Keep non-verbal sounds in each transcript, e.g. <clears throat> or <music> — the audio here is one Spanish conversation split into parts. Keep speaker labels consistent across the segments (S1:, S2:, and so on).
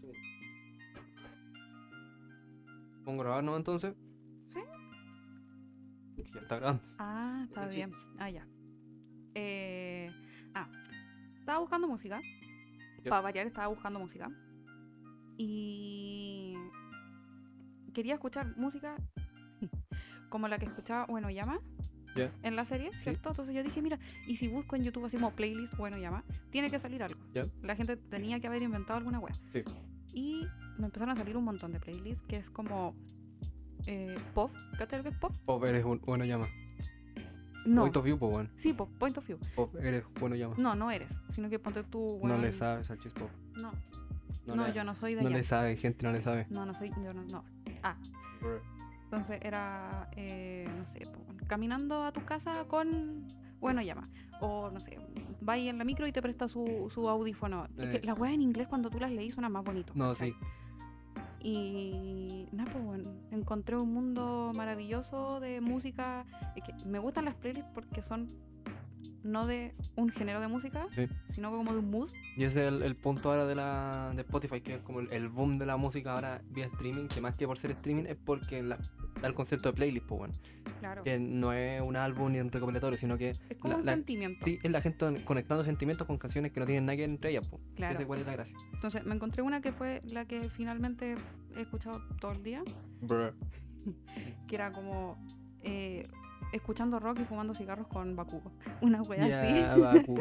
S1: Sí. Pongo grabar, ¿no? Entonces.
S2: Sí.
S1: Que ya está grabando.
S2: Ah, está
S1: Ese
S2: bien. Ah, ya. Eh, ah, estaba buscando música.
S1: Ya.
S2: Para variar, estaba buscando música. Y quería escuchar música <laughs> como la que escuchaba Bueno Llama
S1: Ya.
S2: en la serie, ¿cierto? Entonces yo dije, mira, y si busco en YouTube así como playlist Bueno Llama, tiene que salir algo.
S1: Ya.
S2: La gente tenía que haber inventado alguna wea.
S1: Sí.
S2: Y me empezaron a salir un montón de playlists que es como eh, pop. ¿Cachai lo que es pop?
S1: Pop eres un- bueno llama.
S2: No.
S1: Point of view, po, bueno.
S2: Sí, po, point of view.
S1: Pop eres bueno llama.
S2: No, no eres, sino que ponte tú.
S1: No
S2: weón,
S1: le sabes al chis pop.
S2: No,
S1: pues. No,
S2: no,
S1: le,
S2: yo no soy de
S1: no
S2: allá.
S1: le sabe, gente no le sabe.
S2: No, no soy. Yo no, no. Ah, entonces era. eh, no sé, po, caminando a tu casa con. Bueno, llama. O no sé, va ahí en la micro y te presta su, su audífono. Es que
S1: Eh.
S2: las weas en inglés cuando tú las leí suenan más bonito.
S1: No,
S2: ¿cachai?
S1: sí.
S2: Y nada, pues bueno, encontré un mundo maravilloso de música. Es que me gustan las playlists porque son no de un género de música,
S1: Sí.
S2: sino como de un mood.
S1: Y ese es el, el punto ahora de, la, de Spotify, que es como el, el boom de la música ahora vía streaming, que más que por ser streaming es porque la- da el concepto de playlist, pues bueno.
S2: Claro.
S1: Que no es un álbum ni un recopilatorio, sino que
S2: Es como
S1: La-
S2: un
S1: la-
S2: sentimiento.
S1: sí es la gente conectando sentimientos con canciones que no tienen nada que ver entre ellas, pues.
S2: Claro.
S1: Ese cuál es la gracia.
S2: Entonces me encontré una que fue la que finalmente he escuchado todo el día, que era como eh, escuchando rock y fumando cigarros con Bakugo. <laughs> Una wea
S1: Ya,
S2: Pues así. <laughs>
S1: Baku.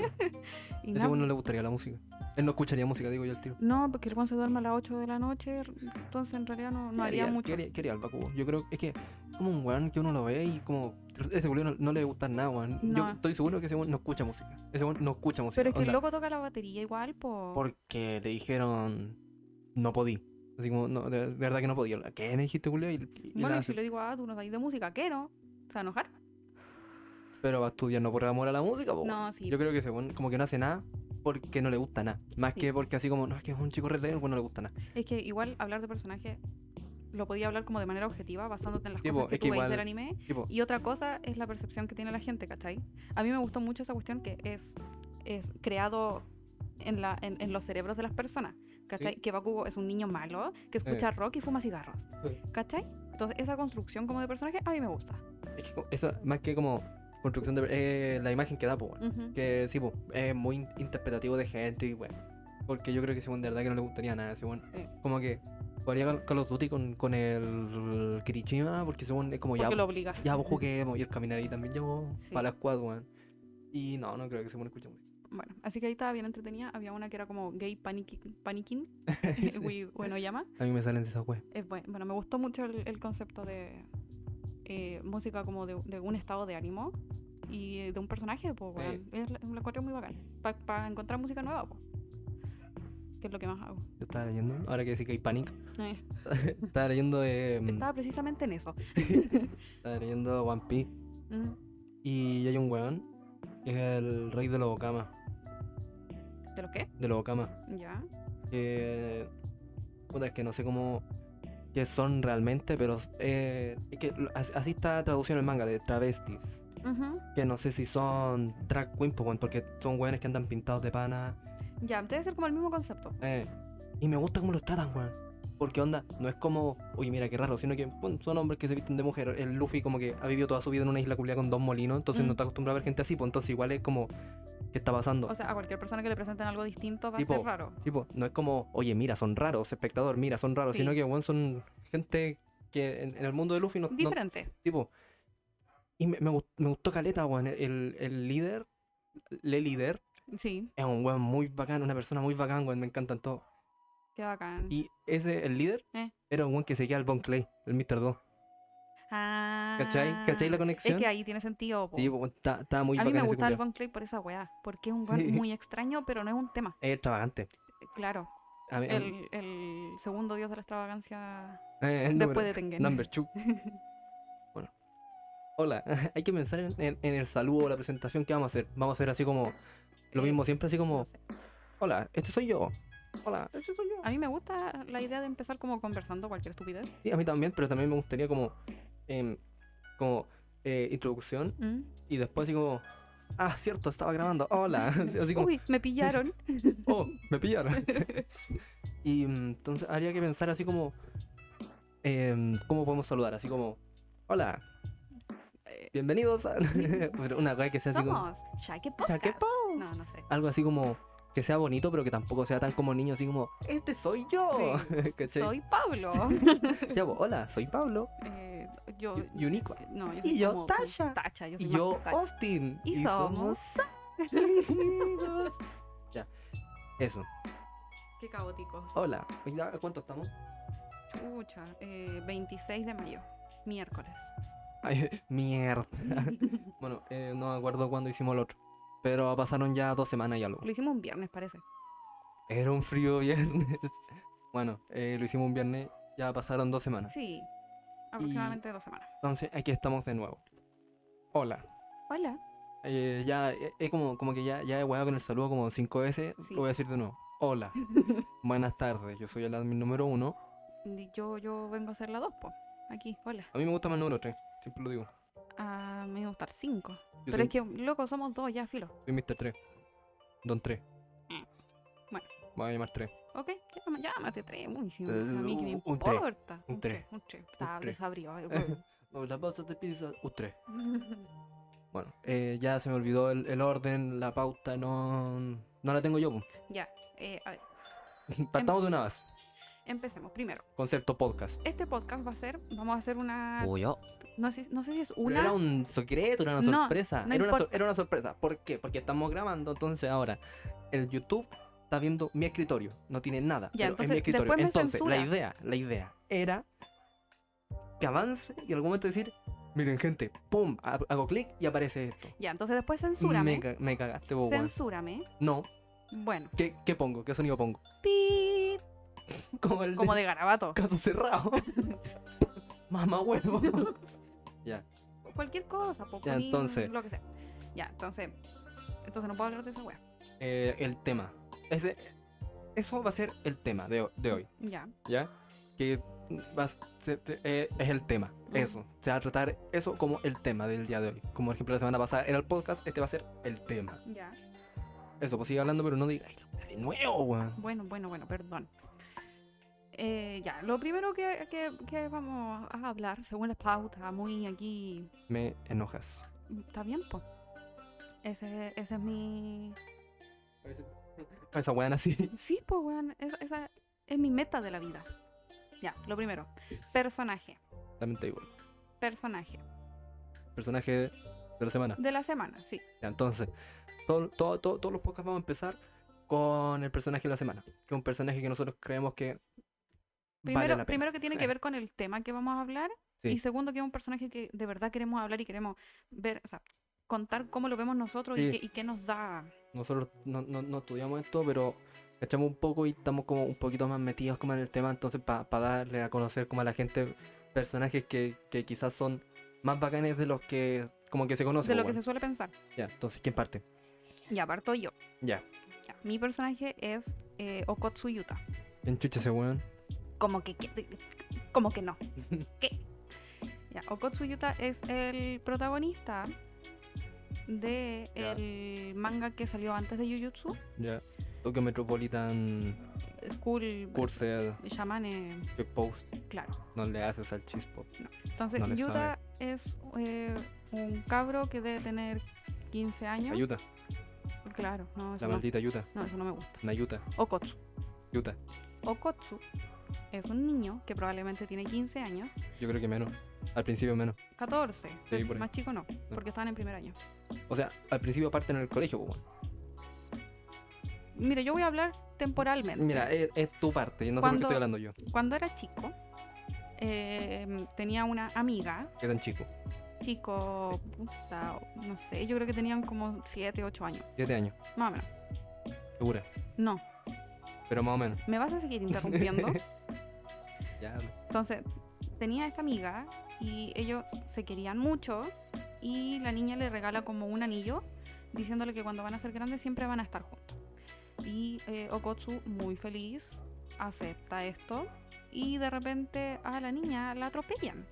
S2: Y
S1: Ese
S2: nada,
S1: bueno no le gustaría la música. Él no escucharía música, digo yo al tiro.
S2: No, porque el Juan se duerme a las 8 de la noche, r- entonces en realidad no, no haría mucho.
S1: ¿Qué haría, qué haría el Bakugo? Yo creo es que como un weón que uno lo ve y como ese weón no, no le gusta nada, weón. Yo
S2: No.
S1: estoy seguro que ese weón no escucha música. Ese weón no escucha música.
S2: Pero es que el
S1: onda,
S2: loco toca la batería igual, po.
S1: Porque le dijeron no podí. Así como, no, de, de verdad que no podía. ¿Qué me dijiste, Julio? Y, y- y
S2: Bueno,
S1: la
S2: y
S1: hace.
S2: si le digo, ah, tú no sabes de música, ¿qué no? ¿Se va a enojar?
S1: Pero va a estudiar no por amor a la música, po,
S2: No, sí.
S1: Yo creo que ese weón como que no hace nada porque no le gusta nada. Más
S2: Sí.
S1: que porque así como, no, es que es un chico retenido, pues no le gusta nada.
S2: Es que igual hablar de personajes lo podía hablar como de manera objetiva, basándote en las
S1: Sí, po,
S2: cosas que
S1: es
S2: tú
S1: que
S2: veis
S1: igual-
S2: del anime.
S1: Tipo,
S2: Y otra cosa es la percepción que tiene la gente, ¿cachai? A mí me gustó mucho esa cuestión que es, es creado en, la, en, en los cerebros de las personas, ¿cachai? Que Bakugo es un niño malo, que escucha rock y fuma cigarros,
S1: Sí.
S2: ¿cachai? Entonces esa construcción como de personaje a mí me gusta.
S1: es que co- eso, más que como construcción de eh, la imagen que da, po, weón.
S2: Ujú.
S1: Que sí, po, es muy in- interpretativo de gente y bueno. Porque yo creo que ese weón de verdad que no le gustaría nada. Ese weón,
S2: Sí.
S1: como que jugaría Call- Call of Duty con, con el Kirishima, porque ese weón es como ya.
S2: Porque
S1: po,
S2: lo obliga.
S1: Ya vos juguemos y el caminar ahí también ya vos,
S2: Sí.
S1: para la squad, weón. Y no, no creo que ese weón escuche
S2: <laughs>
S1: música.
S2: Bueno, así que ahí estaba bien entretenida. Había una que era como gay panicking, panicking
S1: <laughs>
S2: <laughs>
S1: Sí.
S2: with- bueno, llama.
S1: A mí me salen esas weas.
S2: Es buen- bueno, me gustó mucho el, el concepto de eh, música como de, de un estado de ánimo y de un personaje, pues,
S1: Sí.
S2: weón. Es la- lo encuentro muy bacán. Para encontrar música nueva, pues. Que es lo que más hago.
S1: Yo estaba leyendo, ahora que decís que hay panic,
S2: Eh,
S1: estaba leyendo de. mm,
S2: estaba precisamente en eso.
S1: estaba leyendo One Piece.
S2: Mm.
S1: Y hay un weón que es el rey de los Okama.
S2: ¿De lo qué?
S1: De los Okama.
S2: Ya.
S1: que Eh, puta, es que no sé cómo que son realmente, pero eh, es que lo- as- así está traducido en el manga de travestis,
S2: Ujú.
S1: que no sé si son drag queen po, weón, porque son weones que andan pintados de pana.
S2: Ya, debe ser como el mismo concepto.
S1: eh, y me gusta cómo los tratan, weón. Porque onda, no es como, uy, mira qué raro, sino que pum, son hombres que se visten de mujer. El Luffy como que ha vivido toda su vida en una isla culiada con dos molinos, entonces
S2: Mm.
S1: no está acostumbrado a ver gente así, pues entonces igual es como, ¿qué está pasando?
S2: O sea, a cualquier persona que le presenten algo distinto va
S1: Sí,
S2: a ser
S1: po.
S2: raro.
S1: Sí, po, no es como, oye, mira, son raros, espectador, mira, son raros,
S2: Sí.
S1: sino que, weón, son gente que en, en el mundo de Luffy no... no-
S2: Diferente.
S1: tipo, y me, me gust- me gustó Caleta, weón, el, el líder, le líder,
S2: Sí,
S1: es un weón muy bacán, una persona muy bacán, weón, me encantan todos.
S2: qué bacán.
S1: Y ese, el líder,
S2: Eh.
S1: era un weón que seguía al Bon Clay, el Mr. 2.
S2: Ah,
S1: ¿Cachai la conexión?
S2: Es que ahí tiene sentido. po.
S1: Sí, po, está- estaba muy
S2: Oh. a mí
S1: bacán ese
S2: me gusta el
S1: culiao.
S2: Von Clay por esa weá, porque es un weón
S1: Sí.
S2: muy extraño, pero no es un tema.
S1: Es extravagante.
S2: Eh, Claro,
S1: A mí- a mí-
S2: el, el segundo dios de la extravagancia
S1: <laughs> eh, el número-
S2: después de Tengen.
S1: Number two. Bueno. Hola, <laughs> hay que pensar en, en- en el saludo o la presentación que vamos a hacer. Vamos a hacer así como lo
S2: Eh,
S1: mismo, siempre así como:
S2: no sé.
S1: Hola, este soy yo. Hola, este soy yo.
S2: A mí me gusta la idea de empezar como conversando cualquier estupidez.
S1: Sí, a mí también, pero también me gustaría como. em, como eh, introducción
S2: Mm.
S1: y después así como: Ah, cierto, <laughs> estaba grabando. Hola. Así así como:
S2: Uy, me pillaron.
S1: Oh, me pillaron. <laughs> Y mm, entonces habría que pensar así como. em, ¿Cómo podemos saludar? Así como. Hola,
S2: Eh,
S1: bienvenidos a. <laughs> Pero una cosa que sea así como.
S2: <laughs> somos Shake
S1: "Ya,
S2: Podcast.
S1: ¿qué pos?".
S2: No, no sé.
S1: Algo así como. Que sea bonito, pero que tampoco sea tan como niño, así como. ¡Este soy yo! <laughs> ¿Cachai?
S2: Soy Pablo.
S1: Ya, pues, hola, soy Pablo.
S2: <laughs> Eh, yo.
S1: Y Unico.
S2: No, yo
S1: Y
S2: soy
S1: yo,
S2: como-
S1: Tasha.
S2: Tacha, yo soy
S1: Y
S2: más
S1: yo,
S2: Tacha.
S1: Austin.
S2: Y somos- <laughs>
S1: <laughs> amigos. ya. Eso.
S2: Qué caótico.
S1: Hola. Oiga, ¿Cuánto estamos?
S2: Chucha, eh, 26 de mayo,
S1: <laughs>
S2: miércoles.
S1: Ay, mierda. bueno, eh, no me acuerdo cuándo hicimos el otro. Pero pasaron ya dos semanas y algo.
S2: Lo hicimos un viernes, parece.
S1: Era un frío <laughs> viernes. bueno, eh, lo hicimos un viernes. Ya pasaron dos semanas.
S2: Sí, aproximadamente dos semanas.
S1: Entonces, aquí estamos de nuevo. Hola.
S2: Hola.
S1: Eh, ya, eh, es como, como que ya, ya he hueado con el saludo como cinco veces.
S2: Sí.
S1: Lo voy a decir de nuevo.
S2: <laughs>
S1: Hola. Buenas tardes. Yo soy el admin número uno.
S2: Di- Yo, yo vengo a hacer la dos, po. Aquí, hola.
S1: A mí me gusta más el número tres. Siempre lo digo.
S2: A mí me gusta el 5.
S1: Yo
S2: Pero
S1: soy,
S2: es que, loco, somos dos ya, filo.
S1: soy Mr. 3. Don 3.
S2: Ah, Bueno.
S1: Voy a llamar 3.
S2: Ok, llama- llámate tres, buenísimo.
S1: Eh,
S2: A mí que me
S1: un- un tres,
S2: importa.
S1: un tres,
S2: Un tres. Está
S1: tres.
S2: desabrido.
S1: <laughs>
S2: eh,
S1: No, las bolsas de pizza, U3.
S2: bueno.
S1: Bueno, eh, ya se me olvidó el, el orden, la pauta, no, no la tengo yo. pu.
S2: <laughs> ya, eh, a ver,
S1: <laughs>
S2: Em-
S1: Partamos de una base.
S2: empecemos. Primero,
S1: Concepto podcast.
S2: este podcast va a ser, vamos a hacer una,
S1: oh.
S2: no sé, no sé si es
S1: Pero
S2: una,
S1: Era un secreto, era una
S2: No,
S1: sorpresa.
S2: no
S1: era, una sor-
S2: importa.
S1: era una sorpresa. ¿Por qué? Porque estamos grabando, entonces ahora el YouTube está viendo mi escritorio. No tiene nada. pero
S2: Ya,
S1: es
S2: entonces,
S1: mi escritorio.
S2: después me
S1: Entonces, la
S2: censuras.
S1: idea, la idea era que avance y en algún momento decir, miren gente, pum, ha- hago clic y aparece esto.
S2: ya, entonces después
S1: Me,
S2: censúrame,
S1: ca- me cagaste, bobo.
S2: censúrame,
S1: No,
S2: bueno,
S1: ¿Qué, ¿Qué pongo? ¿Qué sonido pongo? <laughs>
S2: pi,
S1: Como el
S2: como
S1: de <laughs>
S2: de garabato,
S1: caso cerrado. <laughs> Mamá
S2: <laughs>
S1: huevo. ya.
S2: cualquier cosa, po,
S1: Ya,
S2: poní
S1: entonces.
S2: lo que sea, ya, entonces, entonces no puedo hablar de esa wea,
S1: Eh, el tema. Ese, eso va a ser el tema de, ho- de hoy.
S2: ya,
S1: ¿Ya? Que va a ser- te- eh, es el tema.
S2: Ujú.
S1: Eso. Se va a tratar eso como el tema del día de hoy. Como por ejemplo la semana pasada era el podcast, este va a ser el tema.
S2: ya,
S1: Eso, pues sigue hablando, pero no diga, ay, la wea de nuevo, weón.
S2: bueno, bueno, bueno, perdón. Eh, ya, lo primero que, que- que vamos a hablar, según la pauta, muy aquí
S1: Me enojas.
S2: Está bien, po. Ese, ese es mi.
S1: <laughs> Esa weón así. <laughs>
S2: Sí, po, weón. Esa, esa es mi meta de la vida. Ya, lo primero. Personaje.
S1: Lamentable.
S2: Personaje.
S1: Personaje de la semana.
S2: De la semana, sí.
S1: Ya, entonces, todo, todo- todo- todos los podcasts vamos a empezar con el personaje de la semana, que es un personaje que nosotros creemos que vale
S2: Primero,
S1: la pena.
S2: primero que tiene que ver con el tema que vamos a hablar.
S1: Sí.
S2: Y segundo, que es un personaje que de verdad queremos hablar y queremos ver, o sea, contar cómo lo vemos nosotros y,
S1: Sí.
S2: qué, y qué nos da.
S1: Nosotros no, no- no estudiamos esto, pero echamos un poco y estamos como un poquito más metidos como en el tema, entonces para darle a conocer como a la gente personajes que, que quizás son más bacanes de los que como que se conocen.
S2: de lo
S1: pues,
S2: que se
S1: bueno.
S2: suele pensar.
S1: Ya, entonces, ¿quién parte?
S2: Ya, parto yo.
S1: Ya.
S2: Ya, Mi personaje es eh, Okotsu Yuta.
S1: En chucha ese weón.
S2: como que, que- como
S1: <laughs>
S2: que no. ¿Qué? Ya, Okotsu Yuta es el protagonista de
S1: Ya.
S2: el manga que salió antes de Jujutsu,
S1: Ya. Tokyo Metropolitan
S2: School
S1: Cursed
S2: Shamane,
S1: que Post
S2: eh, claro.
S1: no le haces al chispo.
S2: Entonces,
S1: No le
S2: Yuta es eh, un cabro que debe tener 15 años.
S1: Ayuda,
S2: Claro, no,
S1: la
S2: eso no,
S1: maldita ayuda.
S2: no, eso no me gusta.
S1: Nayuta,
S2: Okotsu.
S1: Yuta,
S2: Okotsu es un niño que probablemente tiene 15 años,
S1: yo creo que menos. Al principio menos.
S2: 14, pero
S1: por ahí.
S2: más chico no, porque estaban en primer año.
S1: O sea, al principio aparte en el colegio, pues, bueno.
S2: Mira, yo voy a hablar temporalmente.
S1: Mira, es, es tu parte, yo no sé por qué
S2: Cuando-
S1: estoy hablando yo,
S2: Cuando era chico, eh, tenía una amiga,
S1: que tan chico.
S2: chico, puta, no sé, yo creo que tenían como 7, 8 años,
S1: Siete años,
S2: más o menos.
S1: segura,
S2: No,
S1: pero más o menos.
S2: me vas
S1: <laughs>
S2: a seguir interrumpiendo.
S1: Ya,
S2: Entonces, tenía esta amiga y ellos se querían mucho y la niña le regala como un anillo diciéndole que cuando van a ser grandes siempre van a estar juntos. Y eh, Okotsu, muy feliz, acepta esto y de repente a la niña la atropellan.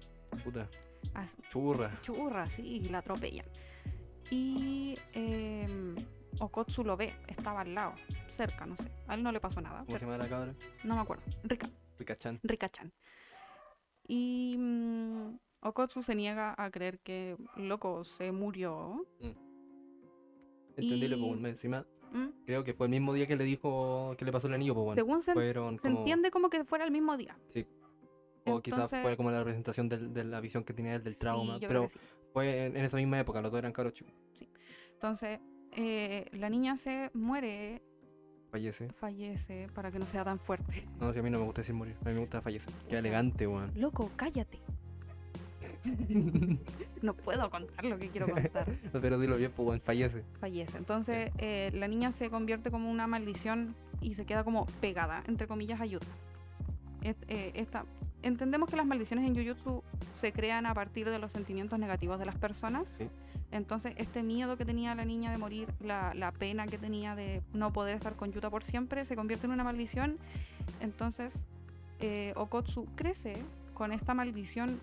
S1: puta,
S2: As-
S1: churra.
S2: churra, sí, y la atropellan. Y em, Okotsu lo ve, estaba al lado, cerca, no sé. A él no le pasó nada.
S1: ¿Cómo se llama la cabra?
S2: No me acuerdo. Rica,
S1: Rikachan.
S2: Rika-chan. Y mm, Okotsu se niega a creer que loco se murió.
S1: Entendible,
S2: Y-
S1: pues, bueno, encima
S2: ¿Mm?
S1: creo que fue el mismo día que le dijo que le pasó el anillo, pues, bueno.
S2: Según se,
S1: Fueron
S2: se
S1: como-
S2: entiende como que fuera el mismo día.
S1: O quizás
S2: entonces-
S1: fue como la representación del- de la visión que tenía él del
S2: Sí,
S1: trauma.
S2: yo creo
S1: pero
S2: que sí.
S1: fue en, en esa misma época, los dos eran caros chicos.
S2: Entonces, eh, la niña se muere,
S1: Fallece.
S2: fallece, para que no sea tan fuerte. <laughs>
S1: No, si a mí no me gusta decir morir, a mí me gusta fallecer. Qué
S2: Pucha.
S1: elegante, weón.
S2: <laughs> Loco, cállate. No puedo contar lo que quiero
S1: <laughs>
S2: contar.
S1: Pero dilo bien, pues, weón, fallece.
S2: Fallece. Entonces, eh, la niña se convierte como una maldición y se queda como pegada, entre comillas, a Yuta. Et- eh, esta, entendemos que las maldiciones en Jujutsu se crean a partir de los sentimientos negativos de las personas.
S1: Sí.
S2: Entonces, este miedo que tenía la niña de morir, la, la pena que tenía de no poder estar con Yuta por siempre, se convierte en una maldición. Entonces, eh, Okotsu crece con esta maldición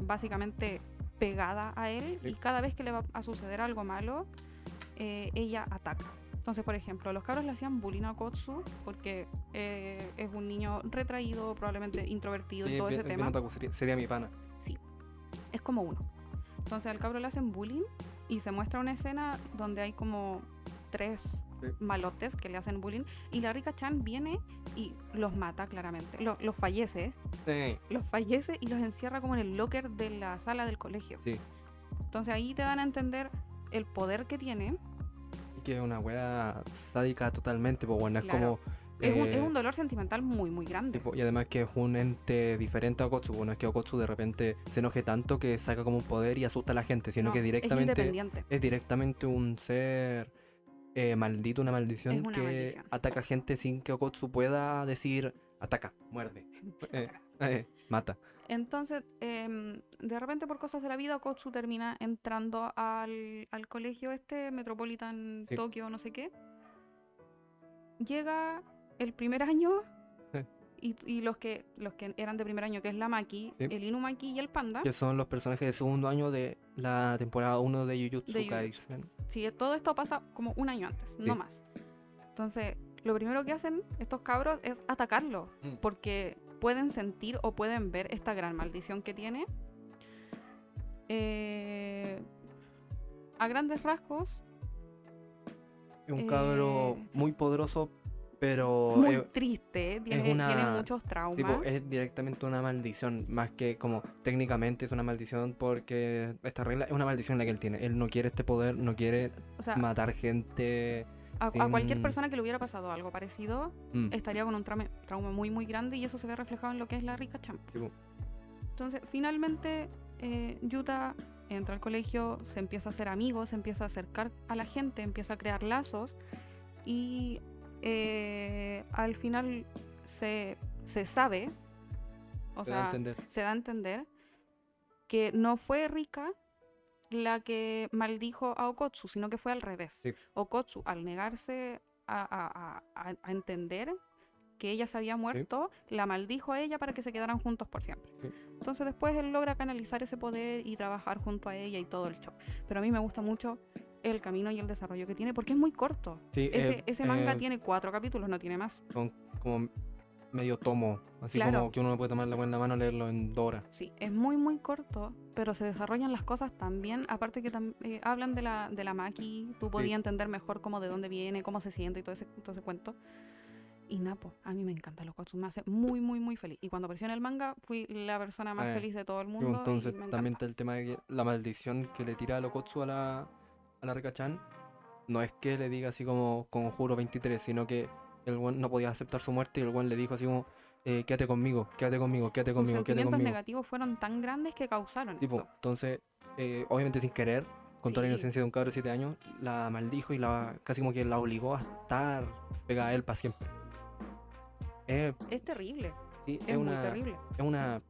S2: básicamente pegada a él
S1: Sí.
S2: y cada vez que le va a suceder algo malo, eh, ella ataca. Entonces, por ejemplo, los cabros le hacían bullying a Okotsu porque eh, es un niño retraído, probablemente introvertido
S1: Sí,
S2: y todo
S1: bien-
S2: ese
S1: bien
S2: tema
S1: otaku, sería, sería mi pana.
S2: es como uno. Entonces al cabro le hacen bullying y se muestra una escena donde hay como tres
S1: Sí.
S2: malotes que le hacen bullying y la rica Chan viene y los mata claramente, Lo- los fallece,
S1: Sí,
S2: los fallece y los encierra como en el locker de la sala del colegio.
S1: sí.
S2: Entonces ahí te dan a entender el poder que tiene.
S1: Y que es una weá sádica totalmente, pues, weón. Es
S2: Claro.
S1: como.
S2: Es, un, es
S1: eh,
S2: un dolor sentimental muy, muy grande.
S1: Tipo, y además que es un ente diferente a Okotsu. Bueno, es que Okotsu de repente se enoje tanto que saca como un poder y asusta a la gente, sino
S2: No,
S1: que
S2: Es
S1: directamente es,
S2: independiente.
S1: directamente un ser eh, maldito, una maldición
S2: Es una
S1: que
S2: maldición.
S1: ataca gente sin que Okotsu pueda decir ataca,
S2: <laughs>
S1: muerde, eh, eh, mata.
S2: Entonces, em, de repente por cosas de la vida, Okotsu termina entrando al, al colegio este, Metropolitan
S1: Sí.
S2: Tokio, no sé qué. Llega el
S1: <laughs>
S2: primer año
S1: Sí.
S2: y, y los, que, los que eran de primer año, que es la Maki,
S1: Sí.
S2: el Inumaki y el Panda,
S1: Que son los personajes de segundo año de la temporada 1 de Jujutsu
S2: De Jujutsu.
S1: Kaisen.
S2: sí, todo esto pasa como un año antes, no
S1: Sí.
S2: más. Entonces, lo primero que hacen estos cabros es atacarlo,
S1: Mm.
S2: porque pueden sentir o pueden ver esta gran maldición que tiene. Eh, a grandes rasgos,
S1: Es un cabro
S2: Eh.
S1: muy poderoso, pero
S2: muy
S1: eh,
S2: triste, tiene, tiene
S1: una-
S2: muchos traumas.
S1: Tipo, es directamente una maldición, más que como técnicamente es una maldición porque esta regla es una maldición la que él tiene. Él no quiere este poder, no quiere
S2: o sea,
S1: matar gente.
S2: a, a cualquier
S1: sin-
S2: persona que le hubiera pasado algo parecido,
S1: Mm,
S2: estaría con un trame- trauma muy, muy grande y eso se ve reflejado en lo que es la rica champ.
S1: tipo,
S2: Entonces, finalmente, eh, Yuta entra al colegio, se empieza a hacer amigos, se empieza a acercar a la gente, empieza a crear lazos y eh, al final se, se sabe, o
S1: te da a
S2: sea,
S1: entender.
S2: se da a entender que no fue Rika la que maldijo a Okotsu, sino que fue al revés.
S1: Sí.
S2: Okotsu, al negarse a, a- a- a- a entender que ella se había muerto, la maldijo a ella para que se quedaran juntos por siempre.
S1: Sí.
S2: Entonces después él logra canalizar ese poder y trabajar junto a ella y todo el show. Pero a mí me gusta mucho el camino y el desarrollo que tiene, porque es muy corto.
S1: Sí,
S2: Ese,
S1: eh,
S2: ese manga
S1: eh,
S2: tiene cuatro capítulos, no tiene más.
S1: como medio tomo, así
S2: Claro.
S1: como que uno puede tomar la buena mano y leerlo en Dora.
S2: Sí, es muy, muy corto, pero se desarrollan las cosas también. Aparte que tam- eh, hablan de la, de la Maki, tú podías entender mejor cómo de dónde viene, cómo se siente y todo ese, todo ese cuento. Y Napo, a mí me encanta los Kotsu, me hace muy, muy, muy feliz. Y cuando apareció en el manga, fui la persona más
S1: Ah,
S2: feliz de todo el
S1: Sí,
S2: mundo.
S1: entonces
S2: y me
S1: también está
S2: encanta.
S1: el tema de que la maldición que le tira a Lokotsu a la, a la Rika-chan no es que le diga así como conjuro 23, sino que el one no podía aceptar su muerte y el one le dijo así como eh, quédate conmigo, quédate conmigo, quédate
S2: Sus
S1: conmigo, quédate
S2: sentimientos
S1: conmigo.
S2: negativos fueron tan grandes que causaron
S1: Tipo,
S2: esto.
S1: entonces, eh, obviamente sin querer, con toda la
S2: Sí.
S1: inocencia de un cabro de 7 años, la maldijo y la casi como que la obligó a estar pegada a él para siempre. Eh,
S2: Es terrible,
S1: sí,
S2: es, muy
S1: una-
S2: terrible.
S1: es una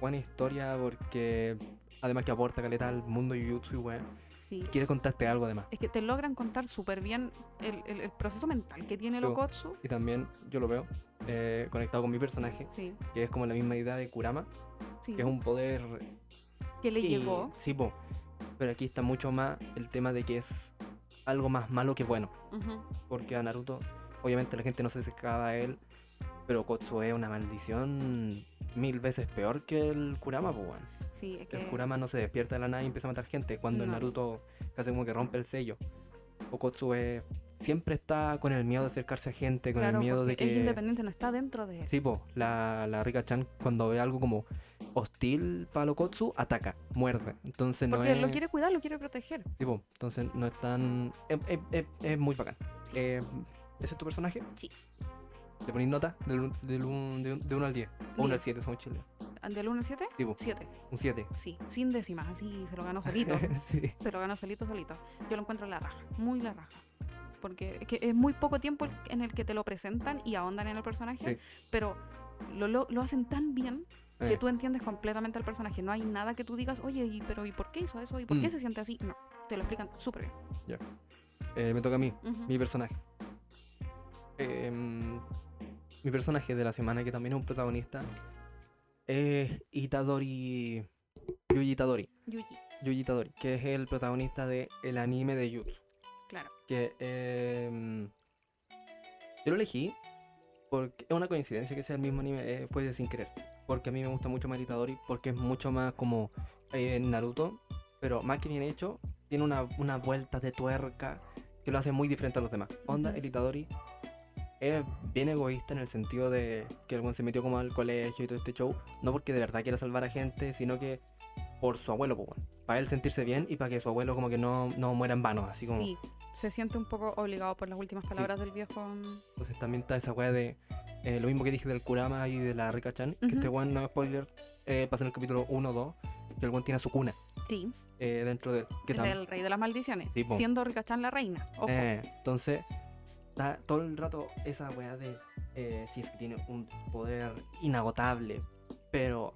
S1: buena historia porque además que aporta caleta al mundo Jujutsu y weón.
S2: Sí.
S1: Quiere contarte algo además.
S2: Es que te logran contar súper bien el, el- el proceso mental que tiene
S1: Sí,
S2: el
S1: bo.
S2: Okotsu.
S1: Y también yo lo veo eh, conectado con mi personaje,
S2: Sí,
S1: que es como la misma idea de Kurama,
S2: sí.
S1: que es un poder.
S2: que le
S1: y-
S2: llegó.
S1: Sí, po. Pero aquí está mucho más el tema de que es algo más malo que bueno.
S2: Ujú.
S1: Porque a Naruto, obviamente la gente no se acercaba a él, pero Kotsue es una maldición mil veces peor que el Kurama, pues weón.
S2: Sí, es que.
S1: El Kurama no se despierta de la nada y empieza a matar gente, cuando el
S2: No.
S1: Naruto casi como que rompe el sello. O Kotsue siempre está con el miedo de acercarse a gente, con
S2: claro,
S1: el miedo de
S2: porque es
S1: que...
S2: independiente, no está dentro de él.
S1: Sí, po, la, la rica Chan cuando ve algo como hostil para Lokotsu, ataca, muerde. Entonces no
S2: porque
S1: es...
S2: lo quiere cuidar, lo quiere proteger.
S1: Sí, po, entonces no es tan... Es, es- es- es muy bacán. Eh, ¿Ese es tu personaje?
S2: Sí.
S1: ¿Le ponéis nota del un- del un- de 1 al 10? O 1
S2: Mira.
S1: al 7, somos chilenos.
S2: ¿Del 1 al 7?
S1: Sí, po,
S2: 7,
S1: un 7.
S2: sí. Sin décimas, así se lo ganó solito.
S1: <laughs> sí.
S2: se lo ganó solito, solito. Yo lo encuentro la raja, muy la raja. Porque es, que es muy poco tiempo el- en el que te lo presentan y ahondan en el personaje, pero lo, lo, lo hacen tan bien que
S1: Eh,
S2: tú entiendes completamente al personaje. No hay nada que tú digas, oye, ¿y, pero ¿y por qué hizo eso? ¿Y por
S1: Mm.
S2: qué se siente así? No, te lo explican súper bien.
S1: eh, me toca a mí,
S2: Ujú.
S1: mi personaje. Eh, mm, mi personaje de la semana, que también es un protagonista, es Itadori... Yuji Itadori.
S2: Yuji,
S1: Yuji Itadori, que es el protagonista de el anime de Jutsu.
S2: claro.
S1: Que em, yo lo elegí porque es una coincidencia que sea el mismo anime, eh, fue de sin querer. Porque a mí me gusta mucho más Itadori, porque es mucho más como eh, Naruto, pero más que bien hecho, tiene una, una vuelta de tuerca que lo hace muy diferente a los demás. Onda,
S2: Ujú.
S1: el Itadori es bien egoísta en el sentido de que algún se metió como al colegio y todo este show, no porque de verdad quiera salvar a gente, sino que por su abuelo, pues, para él sentirse bien y para que su abuelo como que no, no muera en vano, así como...
S2: Sí, se siente un poco obligado por las últimas palabras del viejo. mm,
S1: Entonces también está esa weá de eh, lo mismo que dije del Kurama y de la Rika Chan, que
S2: Ujú.
S1: este weón no es spoiler, eh, pasa en el capítulo 1 o 2, que el weón tiene su cuna
S2: Sí,
S1: eh, dentro de él, que
S2: es
S1: tam-
S2: el rey de las maldiciones,
S1: Sí, po.
S2: siendo Rikachan la reina. Ojo.
S1: eh, entonces, está todo el rato esa weá de eh, si es que tiene un poder inagotable, pero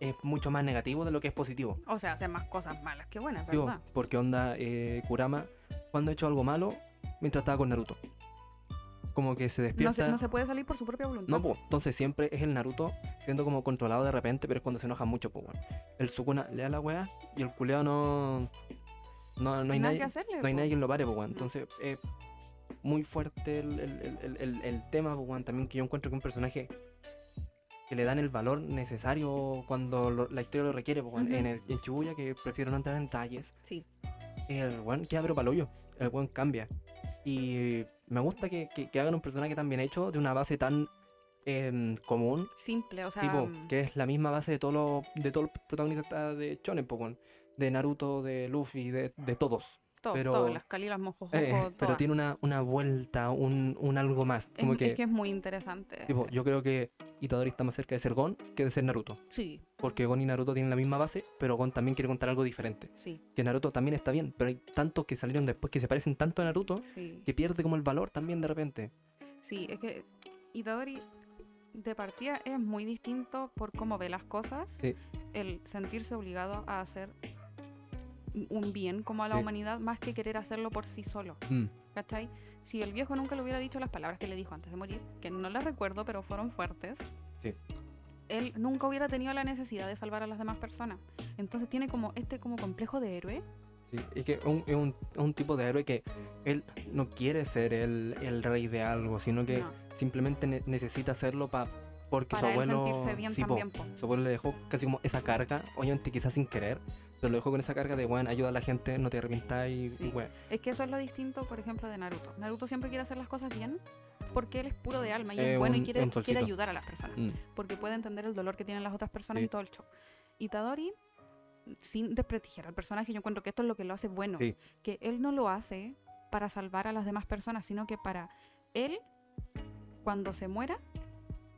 S1: es mucho más negativo de lo que es positivo.
S2: O sea, hacen más cosas malas que buenas,
S1: Sí, bo,
S2: ¿verdad?
S1: porque onda, eh, Kurama, cuando ha hecho algo malo, mientras estaba con Naruto. Como que se despierta.
S2: No se, no se puede salir por su propia voluntad.
S1: No, pues, entonces siempre es el Naruto siendo como controlado de repente, pero es cuando se enoja mucho, pues, weón. El Sukuna le da la weá y el culeo no. No, no hay
S2: Nada
S1: nadie.
S2: que hacerle,
S1: No hay
S2: po.
S1: nadie que lo pare, pues, weón. Entonces, es muy fuerte el, el- el- el- el- el tema, pues, weón. También que yo encuentro que un personaje que le dan el valor necesario cuando lo- la historia lo requiere, pues, weón.
S2: Ujú.
S1: En, el, en Shibuya, que prefiero no entrar en detalles,
S2: Sí,
S1: el weón queda pero palollo. El weón cambia. Y me gusta que, que- que hagan un personaje tan bien hecho, de una base tan em, común,
S2: simple, o sea,
S1: tipo,
S2: mm,
S1: que es la misma base de todos los de todos los protagonistas de Shonen, po, weón. de Naruto, de Luffy, de, de todos.
S2: todo,
S1: pero-
S2: todo, las Cali, las Mojojojo,
S1: Eh, pero
S2: todas.
S1: tiene una, una vuelta, un, un algo más.
S2: es,
S1: Como
S2: es
S1: que,
S2: que... es muy interesante.
S1: tipo, yo creo que Itadori está más cerca de ser Gon que de ser Naruto.
S2: Sí,
S1: Porque Gon y Naruto tienen la misma base, pero Gon también quiere contar algo diferente.
S2: sí,
S1: Que Naruto también está bien, pero hay tantos que salieron después que se parecen tanto a Naruto
S2: sí.
S1: que pierde como el valor también de repente.
S2: Sí, es que Itadori de partida es muy distinto por cómo ve las cosas.
S1: Sí.
S2: El sentirse obligado a hacer un bien como a la
S1: Sí.
S2: humanidad más que querer hacerlo por sí solo. ¿Cachai? Si el viejo nunca le hubiera dicho las palabras que le dijo antes de morir, que no las recuerdo, pero fueron fuertes,
S1: Sí.
S2: él nunca hubiera tenido la necesidad de salvar a las demás personas. Entonces tiene como este como complejo de héroe.
S1: Sí, es que es un, es un- es un tipo de héroe que él no quiere ser el, el rey de algo, sino que
S2: No,
S1: simplemente ne- necesita hacerlo pa, porque
S2: para
S1: su
S2: él
S1: abuelo.
S2: sentirse bien
S1: sí, po,
S2: también. po.
S1: su abuelo le dejó casi como esa carga, obviamente quizás sin querer, pero lo dejó con esa carga de, bueno, ayuda a la gente, no te arrepientas y,
S2: Sí.
S1: bueno.
S2: Es que eso es lo distinto, por ejemplo, de Naruto. Naruto siempre quiere hacer las cosas bien porque él es puro de alma y
S1: Eh,
S2: es bueno y
S1: un-
S2: quiere,
S1: un
S2: quiere
S1: solcito.
S2: ayudar a las personas.
S1: Mm.
S2: Porque puede entender el dolor que tienen las otras personas
S1: Sí.
S2: y todo el show. Itadori, sin desprestigiar al personaje, yo encuentro que esto es lo que lo hace bueno.
S1: Sí.
S2: Que él no lo hace para salvar a las demás personas, sino que para él, cuando se muera,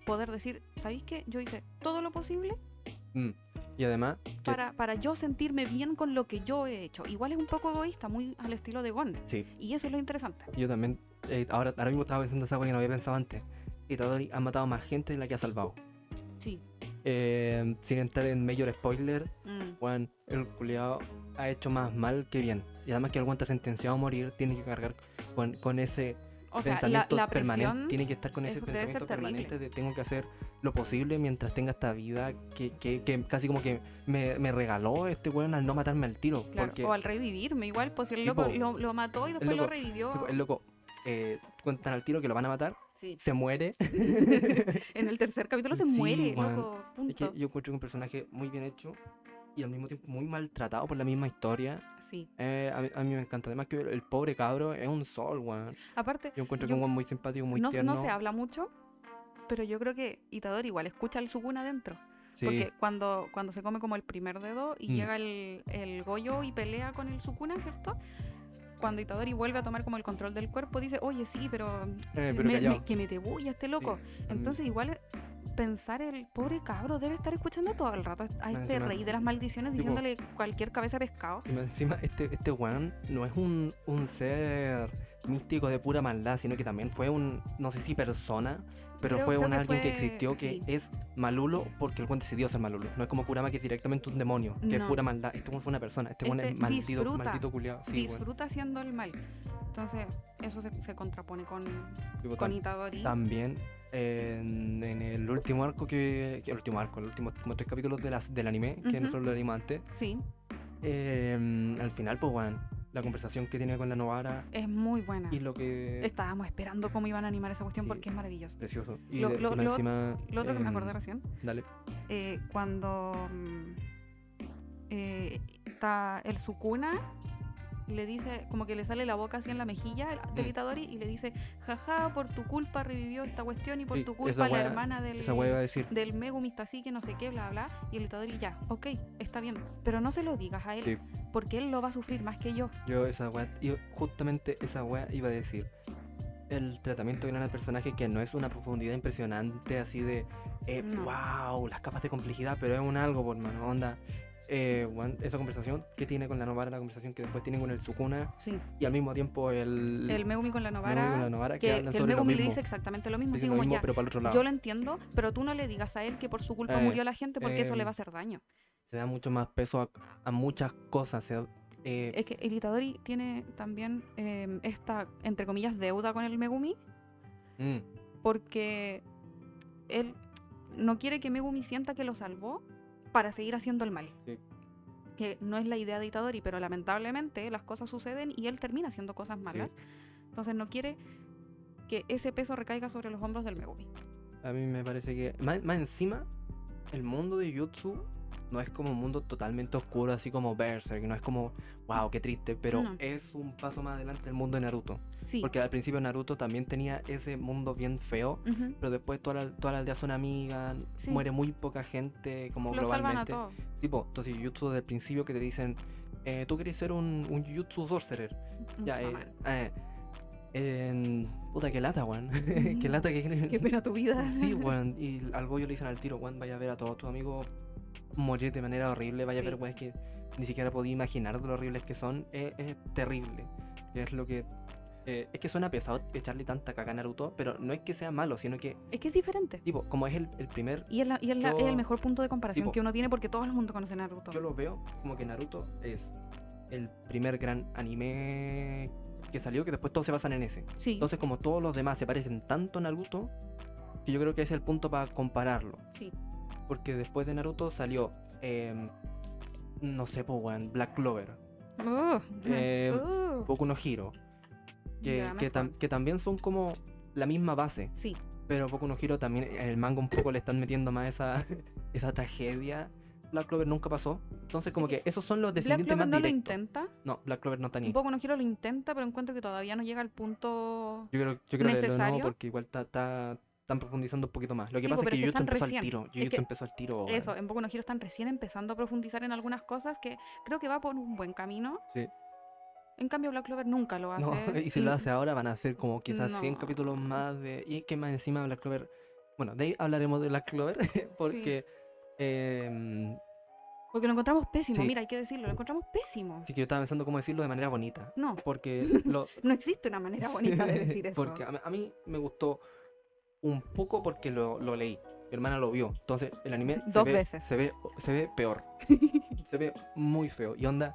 S2: poder decir, ¿sabéis qué? Yo hice todo lo posible
S1: Mm. Y además, que-
S2: para, para yo sentirme bien con lo que yo he hecho. Igual es un poco egoísta, muy al estilo de Gon.
S1: sí,
S2: Y eso es lo interesante.
S1: yo también, eh, ahora, ahora mismo estaba pensando esa cosa que no había pensado antes. Itadori ha matado más gente de la que ha salvado.
S2: Sí.
S1: Eh, sin entrar en mayor spoiler,
S2: Mm.
S1: Juan, el culiado ha hecho más mal que bien. Y además que el weón está sentenciado a morir, tiene que cargar con, con ese
S2: O sea, la,
S1: pensamiento
S2: la
S1: permanente,
S2: presión.
S1: tiene que estar con
S2: es-
S1: ese
S2: debe ser
S1: pensamiento
S2: terrible.
S1: permanente de tengo que hacer lo posible mientras tenga esta vida que, que- que casi como que me, me regaló este weón al no matarme al tiro.
S2: claro,
S1: porque
S2: o al revivirme, igual, pues si el
S1: Sí,
S2: loco
S1: po.
S2: lo, lo mató y después lo
S1: loco-
S2: revivió.
S1: el loco eh, cuentan al tiro que lo van a matar,
S2: Sí.
S1: se muere. <laughs>
S2: en el tercer capítulo se
S1: Sí,
S2: muere,
S1: weón.
S2: loco.
S1: Es
S2: Punto.
S1: que yo encuentro que un personaje muy bien hecho y al mismo tiempo muy maltratado por la misma historia.
S2: Sí.
S1: Eh, a, mí, a mí me encanta. Además que el, el pobre cabro es un sol, weón.
S2: Aparte,
S1: Yo encuentro que
S2: Yo-
S1: es un weón muy simpático, muy
S2: no,
S1: tierno.
S2: no se habla mucho, pero yo creo que Itador igual escucha el Sukuna adentro.
S1: Sí.
S2: Porque cuando, cuando se come como el primer dedo y
S1: Mm.
S2: llega el, el Goyo y pelea con el Sukuna, ¿cierto? Cuando Itadori vuelve a tomar como el control del cuerpo, dice, oye, sí, pero,
S1: Eh, pero
S2: me- me-
S1: callado.
S2: que me te bulla este loco.
S1: Sí. Mm.
S2: Entonces igual pensar el pobre cabro debe estar escuchando todo el rato a este
S1: encima-
S2: rey de las maldiciones
S1: Sí, po.
S2: diciéndole cualquier cabeza de pescado.
S1: Y más encima, este, este weón no es un, un ser místico de pura maldad, sino que también fue un, no sé si persona, pero
S2: Creo-
S1: fue
S2: creo
S1: un
S2: que
S1: alguien que
S2: fue-
S1: existió que
S2: sí.
S1: es malulo porque el weón decidió ser malulo. No es como Kurama que es directamente un demonio, que es
S2: No.
S1: pura maldad. Este weón fue una persona, este weón es
S2: Este
S1: maldito,
S2: disfruta,
S1: maldito culiado. Sí, weón.
S2: Disfruta haciendo el mal. Entonces eso se, se contrapone con,
S1: Sí, weón,
S2: con Itadori.
S1: También en, en el último arco que, que- El último arco, los últimos como tres capítulos de las, del anime, que
S2: Ujú.
S1: nosotros lo dimos antes.
S2: Sí,
S1: eh, al final, pues weón, la conversación que tiene con la Novara
S2: es muy buena.
S1: y lo que.
S2: Estábamos esperando cómo iban a animar esa cuestión
S1: Sí.
S2: porque es maravilloso.
S1: Precioso. Y
S2: Lo-
S1: de-
S2: lo-
S1: y más
S2: lo-
S1: encima.
S2: Lo otro que me
S1: em,
S2: acordé recién,
S1: Dale.
S2: eh, cuando mm, eh, está el Sukuna, le dice, como que le sale la boca así en la mejilla el- del
S1: Mm.
S2: Itadori y le dice, jaja, por tu culpa revivió esta cuestión y por
S1: Sí,
S2: tu
S1: esa
S2: culpa la
S1: wea-
S2: hermana del,
S1: Esa wea iba a decir.
S2: del Megumi está así, que no sé qué, bla, bla. Y el Itadori ya, ok, está bien, pero no se lo digas a él,
S1: Sí.
S2: porque él lo va a sufrir más que yo.
S1: Yo esa wea. Yo justamente esa wea iba a decir. El tratamiento que le dan al personaje que no es una profundidad impresionante así de. eh,
S2: No.
S1: ¡Wow! Las capas de complejidad, pero es un algo, por mano. Onda. Eh, weón, esa conversación que tiene con la Novara, la conversación que después tiene con el Sukuna
S2: Sí.
S1: y al mismo tiempo el.
S2: El Megumi con la
S1: Megumi con la
S2: Novara,
S1: Novara que,
S2: que,
S1: hablan
S2: que el
S1: sobre lo
S2: Megumi
S1: mismo.
S2: le dice exactamente lo mismo, así
S1: Dicen lo
S2: como
S1: mismo,
S2: ya,
S1: pero para el otro lado.
S2: Yo lo entiendo, pero tú no le digas a él que por su culpa
S1: Eh,
S2: murió la gente porque eso le
S1: em,
S2: va a hacer daño.
S1: Se da mucho más peso a, a muchas cosas. se da- eh,
S2: Es que el Itadori tiene también em, esta, entre comillas, deuda con el Megumi Eh,
S1: mm,
S2: porque él no quiere que Megumi sienta que lo salvó para seguir haciendo el mal.
S1: Sí.
S2: Que no es la idea de Itadori, pero lamentablemente las cosas suceden y él termina haciendo cosas malas. Entonces no quiere que ese peso recaiga sobre los hombros del Megumi.
S1: A mí me parece que. Más, más encima, el mundo de Jutsu no es como un mundo totalmente oscuro, así como Berserk. No es como, wow, qué triste. Pero
S2: No.
S1: es un paso más adelante el mundo de Naruto.
S2: Sí.
S1: Porque al principio Naruto también tenía ese mundo bien feo.
S2: Ujú.
S1: Pero después toda la, toda la aldea son amigas,
S2: Sí.
S1: muere muy poca gente, como
S2: Lo salvan a
S1: globalmente.
S2: todos.
S1: Sí, po, entonces Jutsu desde el principio que te dicen, eh, tú querés ser un, un Jutsu Sorcerer. Ya,
S2: Mucho
S1: eh,
S2: mal.
S1: eh, en- puta, qué lata, weón. <laughs>
S2: Ujú.
S1: qué lata que
S2: Mm. Qué pena tu vida. <laughs>
S1: Sí, weón. Y al Goyo le dicen al tiro, weón, vaya a ver a todos tus amigos morir de manera horrible, vaya a ver,
S2: Sí.
S1: weón, que ni siquiera podía imaginar de lo horribles que son. Es, es terrible. Es lo que. eh, es que suena pesado echarle tanta caca a Naruto, pero no es que sea malo, sino que,
S2: Es que es diferente.
S1: tipo, como es el, el primer.
S2: Y es, la- y es la- es
S1: Yo-
S2: el mejor punto de comparación
S1: tipo-
S2: que uno tiene porque todo el mundo conoce Naruto.
S1: Yo lo veo como que Naruto es el primer gran anime que salió, que después todos se basan en ese.
S2: Sí,
S1: Entonces, como todos los demás se parecen tanto a Naruto, que yo creo que ese es el punto para compararlo.
S2: sí.
S1: Porque después de Naruto salió, em, no sé, po, weón, Black Clover, Em,
S2: Uh,
S1: Eh,
S2: uh,
S1: Boku no Hero, que,
S2: ya,
S1: que,
S2: mejor.
S1: tam- que también son como la misma base,
S2: Sí,
S1: pero Boku no Hero también en el manga un poco le están metiendo más esa, <laughs> esa tragedia. Black Clover nunca pasó, entonces como que esos son los
S2: Black
S1: descendientes
S2: Clover
S1: más
S2: no lo
S1: directos.
S2: intenta.
S1: no, Black Clover no está ni.
S2: Un poco no quiero lo intenta, pero encuentro que todavía no llega al punto.
S1: Yo creo, yo creo que lo no
S2: necesario.
S1: porque igual está, está- están profundizando un poquito más. Lo que
S2: Sí,
S1: pasa
S2: po,
S1: es
S2: pero
S1: que
S2: es que
S1: Jujutsu
S2: están
S1: empezó
S2: recién.
S1: al tiro.
S2: Es que
S1: Jujutsu empezó al tiro. weón.
S2: Eso, en poco no quiero están recién empezando a profundizar en algunas cosas que creo que va por un buen camino.
S1: Sí.
S2: En cambio, Black Clover nunca lo hace.
S1: No, <laughs> y si lo hace
S2: a
S1: ahora van a ser como quizás 100
S2: No.
S1: capítulos más de... Y que más encima Black Clover... Bueno, de ahí hablaremos de Black Clover <laughs> porque... em,
S2: Porque lo encontramos pésimo,
S1: Sí.
S2: mira, hay que decirlo, lo encontramos pésimo.
S1: sí que yo estaba pensando cómo decirlo de manera bonita.
S2: No,
S1: Porque... lo-
S2: no existe una manera bonita de
S1: <laughs>
S2: decir eso.
S1: Porque a, mí- a mí me gustó un poco porque lo, lo leí. Mi hermana lo vio. Entonces el anime... se
S2: Dos
S1: ve-
S2: veces. <laughs>
S1: Se ve, se ve peor. se ve muy feo. Y onda...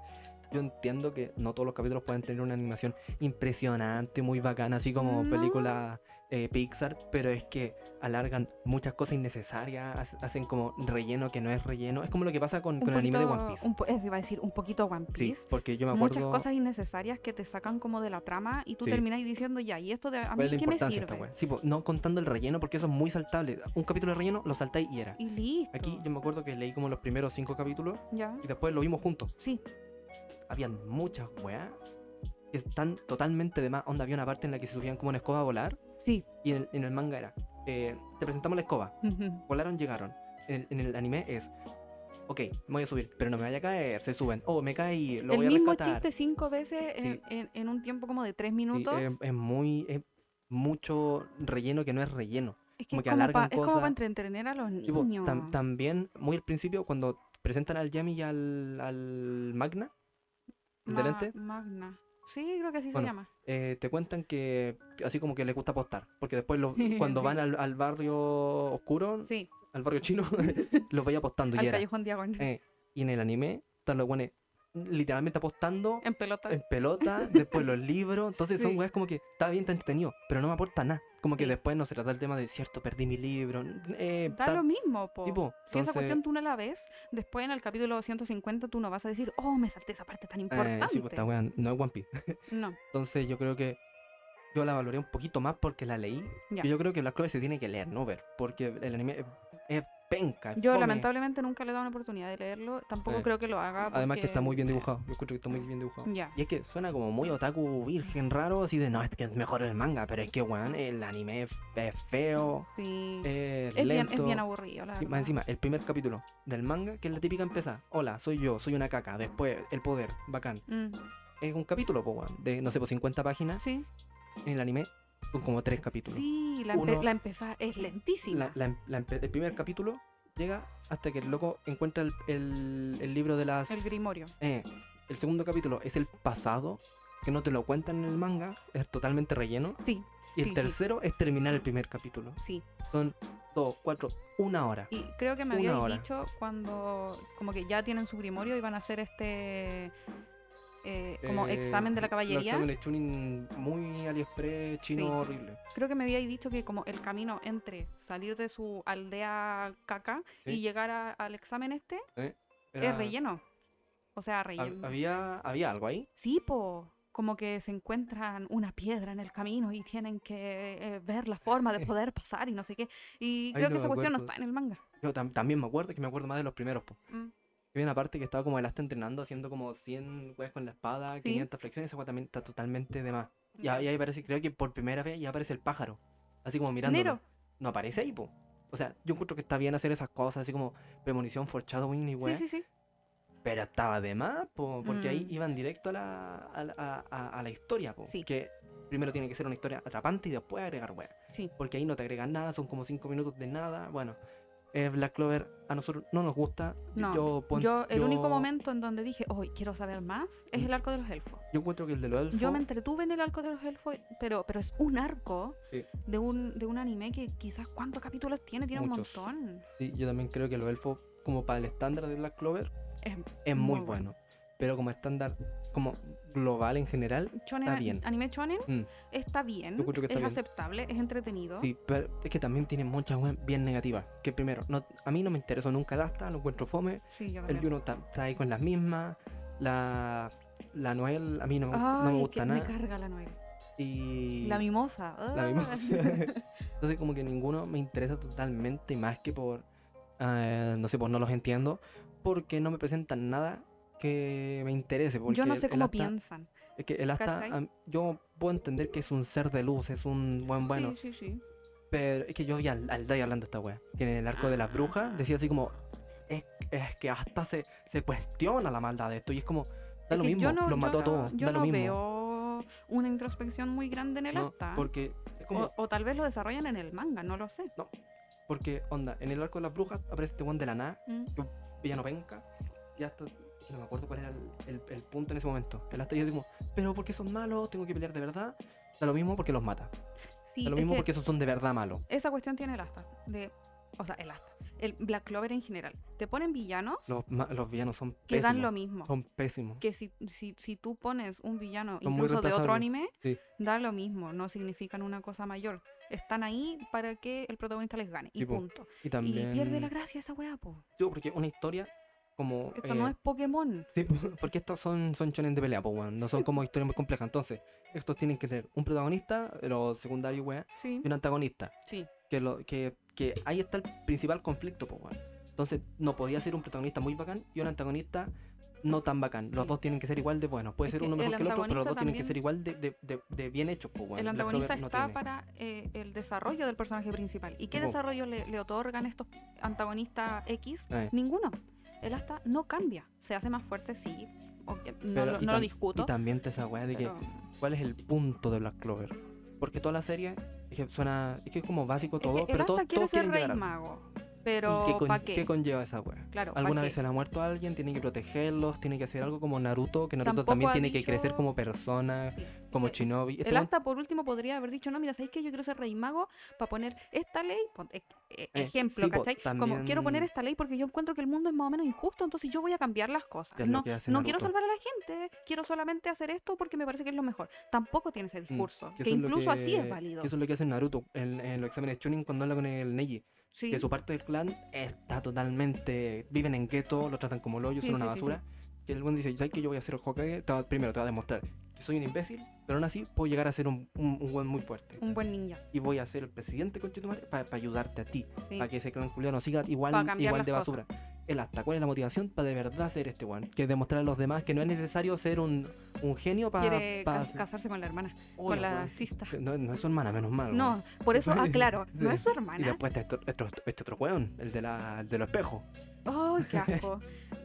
S1: yo entiendo que no todos los capítulos pueden tener una animación impresionante, muy bacana, así como
S2: No.
S1: película eh, Pixar, pero es que alargan muchas cosas innecesarias, ha- hacen como relleno que no es relleno. Es como lo que pasa con,
S2: Un
S1: con el anime de One
S2: poquito-
S1: Piece.
S2: un po- eso iba a decir, un poquito One
S1: Sí,
S2: Piece.
S1: porque yo me acuerdo.
S2: Muchas cosas innecesarias que te sacan como de la trama y tú
S1: Sí.
S2: terminas diciendo, ya, ¿y esto de a
S1: ¿Cuál
S2: mí
S1: es la
S2: qué me
S1: importancia de esta
S2: sirve?
S1: wea? Sí, po, no contando el relleno, porque eso es muy saltable. Un capítulo de relleno, lo saltáis y era.
S2: Y listo.
S1: Aquí yo me acuerdo que leí como los primeros cinco capítulos
S2: Ya.
S1: y después lo vimos juntos.
S2: Sí,
S1: Habían muchas weas que están totalmente de más. Onda, había una parte en la que se subían como una escoba a volar
S2: sí. <laughs>
S1: y en el, en el manga era, eh, te presentamos la escoba,
S2: ujú.
S1: volaron, llegaron. En el, en el anime es, ok, me voy a subir, pero no me vaya a caer, se suben, oh, me caí, lo
S2: El
S1: voy a
S2: mismo
S1: rescatar.
S2: chiste cinco veces en,
S1: Sí.
S2: en- en un tiempo como de tres
S1: Sí, em,
S2: minutos.
S1: es, es muy, es mucho relleno que no es relleno.
S2: es que
S1: como
S2: es
S1: que
S2: como,
S1: alargan
S2: pa- es como para
S1: cosas.
S2: entretener a los
S1: Sí, po,
S2: niños.
S1: tam- también, muy al principio, cuando presentan al Yami y al, al Magna, el
S2: Ma-
S1: delante,
S2: Magna. Sí, creo que así
S1: Bueno,
S2: se llama.
S1: eh, te cuentan que así como que les gusta apostar, porque después
S2: <laughs>
S1: lo- cuando
S2: Sí.
S1: van al, al barrio oscuro,
S2: Sí,
S1: al barrio chino, <laughs> los veía apostando y
S2: al
S1: era.
S2: callejón diagonal.
S1: Eh, y en el anime están los guanes literalmente apostando
S2: <laughs> en pelota.
S1: en pelota, después los libros, entonces son
S2: Sí.
S1: weas como que está bien, está entretenido, pero no me aporta nada. Como que
S2: Sí.
S1: después no se trata el tema de cierto, perdí mi libro. eh,
S2: Da
S1: ta-
S2: lo mismo, po.
S1: sí, po,
S2: Si esa
S1: entonces-
S2: cuestión tú no la ves, después en el capítulo 150 tú no vas a decir, oh, me salté esa parte tan
S1: eh,
S2: importante.
S1: sí, pues, esta wea no es One Piece.
S2: No,
S1: Entonces yo creo que yo la valoré un poquito más porque la leí.
S2: Ya.
S1: Y yo creo que Black Clover se tiene que leer, no ver, porque el anime es, es penca. es
S2: yo
S1: fome.
S2: lamentablemente nunca le he dado una oportunidad de leerlo, tampoco
S1: Eh,
S2: creo que lo haga.
S1: Además que
S2: porque- Mm.
S1: está muy bien dibujado, yo escucho que está muy bien dibujado.
S2: Ya.
S1: Y es que suena como muy otaku virgen raro, así de no, es que es mejor el manga, pero es que, weón, el anime es, es feo,
S2: Sí.
S1: es,
S2: es, bien,
S1: lento.
S2: es bien aburrido,
S1: Y
S2: la verdad.
S1: más encima, el primer capítulo del manga, que es la típica empresa, hola, soy yo, soy una caca, después el poder, bacán.
S2: Mm,
S1: Es un capítulo, po, weón, de no sé, por 50 páginas,
S2: Sí,
S1: en el anime son como tres capítulos.
S2: sí, la, empe-
S1: Uno-
S2: la empezada es lentísima.
S1: La- la em- la empe- el primer capítulo llega hasta que el loco encuentra el, el- el libro de las...
S2: El grimorio.
S1: Eh, el segundo capítulo es el pasado, que no te lo cuentan en el manga, es totalmente relleno.
S2: Sí,
S1: Y el
S2: Sí, sí.
S1: tercero es terminar el primer capítulo.
S2: sí.
S1: Son dos, cuatro, una hora.
S2: Y creo que me
S1: Una
S2: habíais
S1: hora.
S2: dicho cuando como que ya tienen su grimorio y van a hacer este eh, como
S1: Eh,
S2: examen de la
S1: los
S2: caballería.
S1: exámenes chunin muy aliexpress, chino,
S2: Sí.
S1: horrible.
S2: Creo que me habíais dicho que como el camino entre salir de su aldea caca
S1: Sí.
S2: y llegar a- al examen este
S1: Era-
S2: es relleno. O sea,
S1: hab-
S2: relleno.
S1: Había, había algo ahí.
S2: Sí, po. Como que se encuentran una piedra en el camino y tienen que eh, ver la forma
S1: <laughs>
S2: de poder pasar y no sé qué. Y
S1: Ay,
S2: creo
S1: no
S2: que esa
S1: me
S2: cuestión no
S1: acuerdo.
S2: está en el manga.
S1: Yo tam- también me acuerdo, que me acuerdo más de los primeros. po.
S2: Mm.
S1: Había una parte que estaba como el asta entrenando, haciendo como 100 weas con la espada,
S2: Sí.
S1: 500 flexiones, esa wea también está totalmente de más. Y,
S2: Ya.
S1: ahí ahí aparece, creo que por primera vez ya aparece el pájaro. Así como mirando.
S2: Nero.
S1: No aparece ahí, po. O sea, yo encuentro que está bien hacer esas cosas, así como premonición, foreshadowing y wea.
S2: Sí, sí, sí.
S1: Pero estaba de más, po, porque ahí
S2: Mm.
S1: iban directo a la, a la, a- a- a la historia, po,
S2: Sí.
S1: que primero tiene que ser una historia atrapante y después agregar weas.
S2: Sí.
S1: Porque ahí no te agregan nada, son como cinco minutos de nada. Bueno, eh, Black Clover a nosotros no nos gusta.
S2: No,
S1: yo, pon-
S2: yo, el único
S1: yo-
S2: momento en donde dije, hoy quiero saber más, es el arco de los elfos.
S1: Yo encuentro que el de los elfos.
S2: Yo me entretuve en el arco de los elfos, pero, pero es un arco
S1: Sí.
S2: de, un, de un anime que quizás cuántos capítulos tiene, tiene
S1: Muchos.
S2: un montón.
S1: Sí, yo también creo que los elfos, como para el estándar de Black Clover,
S2: Es
S1: es muy, bueno.
S2: muy bueno.
S1: Pero como estándar, como global en general,
S2: Shonen,
S1: Está bien.
S2: Anime shonen
S1: Mm.
S2: está bien,
S1: Yo encuentro que
S2: es
S1: está bien.
S2: aceptable, es entretenido.
S1: Sí, pero es que también tiene muchas weas bien negativas. Que primero, no, a mí no me interesó nunca el asta, lo encuentro fome.
S2: Sí, yo
S1: El
S2: también.
S1: Juno está está ahí con las mismas. La, la Noel a mí no, me- no
S2: Ay,
S1: me
S2: que
S1: gusta
S2: me
S1: nada.
S2: carga la novela.
S1: Y
S2: La mimosa.
S1: la
S2: ah.
S1: <laughs> mimosa. Entonces como que ninguno me interesa totalmente más que por... eh, no sé, pues no los entiendo. Porque no me presentan nada que me interese. Porque
S2: yo no sé
S1: el
S2: cómo
S1: asta-
S2: piensan.
S1: Es que el asta,
S2: ¿cachai?
S1: am- yo puedo entender que es un ser de luz, es un buen bueno.
S2: Sí, sí, sí.
S1: Pero es que yo vi al, al Dai hablando de esta wea. Que en el arco de
S2: Ah.
S1: las brujas decía así como. Es, es que hasta se, se cuestiona la maldad de esto. Y es como. Da
S2: Es
S1: lo
S2: que
S1: mismo.
S2: yo no,
S1: los mató
S2: yo
S1: a
S2: no-
S1: todos.
S2: Yo
S1: da
S2: no
S1: lo mismo.
S2: veo una introspección muy grande en el
S1: No,
S2: asta.
S1: porque. Es como.
S2: O, o tal vez lo desarrollan en el manga, no lo sé.
S1: Porque, onda, en el arco de las brujas aparece este weón de la nada.
S2: Mm.
S1: Villano penca. Y hasta. No me acuerdo cuál era el, el- el punto en ese momento. El hasta yo digo, pero ¿por qué son malos? Tengo que pelear de verdad. Da lo mismo porque los mata.
S2: Sí,
S1: da lo
S2: es
S1: mismo
S2: que
S1: porque esos son de verdad malos.
S2: esa cuestión tiene el asta. De o sea, el asta, el Black Clover en general, te ponen villanos
S1: Los, ma- los villanos son
S2: que
S1: pésimos.
S2: dan lo mismo.
S1: Son pésimos.
S2: Que si, si, si tú pones un villano
S1: Son muy
S2: incluso de otro
S1: reemplazables.
S2: anime,
S1: Sí.
S2: da lo mismo, no significan una cosa mayor. Están ahí para que el protagonista les gane y
S1: Sí, po.
S2: punto.
S1: Y también.
S2: Y pierde la gracia esa weá, po.
S1: Yo, porque una historia como.
S2: Esto no
S1: eh,
S2: es Pokémon.
S1: Sí, <laughs> po- porque estos son, son shonen de pelea, po, weón. No son
S2: Sí.
S1: como historias muy complejas. Entonces, estos tienen que tener un protagonista, los secundarios, weón,
S2: Sí,
S1: y un antagonista.
S2: sí.
S1: Que, lo, que, que ahí está el principal conflicto, po, weón. Entonces, no podía ser un protagonista muy bacán y un antagonista no tan bacán. Los
S2: Sí.
S1: dos tienen que ser igual de buenos. Puede
S2: Es
S1: ser
S2: que
S1: uno mejor
S2: el
S1: que el otro, pero los
S2: antagonista
S1: dos tienen que
S2: también-
S1: ser igual de, de, de- de bien hechos, po, weón.
S2: El
S1: Black
S2: antagonista
S1: Clover no
S2: está
S1: tiene.
S2: para eh, el desarrollo del personaje principal. ¿Y qué
S1: Sí, po.
S2: desarrollo le, le otorgan estos antagonistas X?
S1: Eh.
S2: Ninguno. El hasta no cambia. Se hace más fuerte, sí. Ok, no
S1: Pero-
S2: lo,
S1: y
S2: no lo
S1: tam-
S2: discuto.
S1: Y también está esa weá de que.
S2: pero-
S1: ¿Cuál es el punto de Black Clover? Porque toda la serie es que suena. Es que es como básico
S2: Es que
S1: todo,
S2: el
S1: pero
S2: hasta
S1: todos,
S2: quiere
S1: todos
S2: ser
S1: quieren
S2: rey
S1: llegar. a-
S2: mago.
S1: ¿Y qué,
S2: Pero
S1: con-
S2: ¿para qué?
S1: qué conlleva esa wea?
S2: Claro, ¿pa'
S1: Alguna
S2: qué?
S1: vez se le ha muerto a alguien, tiene que protegerlos, tiene que hacer algo como Naruto, que Naruto
S2: Tampoco
S1: también
S2: ha
S1: tiene que
S2: dicho-
S1: crecer como persona,
S2: Sí.
S1: como
S2: Eh,
S1: shinobi. Este
S2: el
S1: weón-
S2: hasta por último podría haber dicho, no, mira, ¿sabéis que yo quiero ser rey mago para poner esta ley? Pon- e- e-
S1: Eh,
S2: ejemplo,
S1: sí, po,
S2: ¿cachai? Como quiero poner
S1: también-
S2: esta ley porque yo encuentro que el mundo es más o menos injusto, entonces yo voy a cambiar las cosas.
S1: Que es lo
S2: No,
S1: que hace
S2: no quiero
S1: Naruto.
S2: salvar a la gente, quiero solamente hacer esto porque me parece que es lo mejor. Tampoco tiene ese
S1: Mm,
S2: discurso, que,
S1: eso es lo
S2: incluso así es
S1: que-
S2: válido.
S1: que eso es lo que hace Naruto en, en los exámenes Chunin cuando habla con el Neji.
S2: Sí,
S1: Que su parte del clan está totalmente. Viven en gueto, lo tratan como loyo,
S2: Sí,
S1: son una
S2: sí, sí, sí.
S1: basura. Que el buen dice: ¿Sabes que yo voy a ser el Hokage? Te va- primero te va a demostrar que soy un imbécil, pero aún así puedo llegar a ser un, un, un buen muy fuerte.
S2: un buen ninja.
S1: Y voy a ser el presidente con para ayudarte a ti.
S2: Sí.
S1: Para que ese clan culiao no siga igual,
S2: Pa' cambiar
S1: igual
S2: las
S1: de basura.
S2: cosas.
S1: El hasta, ¿cuál es la motivación para de verdad ser este weón? Que demostrar a los demás que no es necesario ser un, un genio para.
S2: Quiere cas- casarse con la hermana, con la sista.
S1: No, no es su hermana, menos mal. weón.
S2: No,
S1: <laughs>
S2: por eso aclaro, no es su
S1: Y
S2: hermana.
S1: después está esto- esto- este, otro weón, el de la, el de los espejos.
S2: Oh,
S1: <laughs>
S2: qué asco.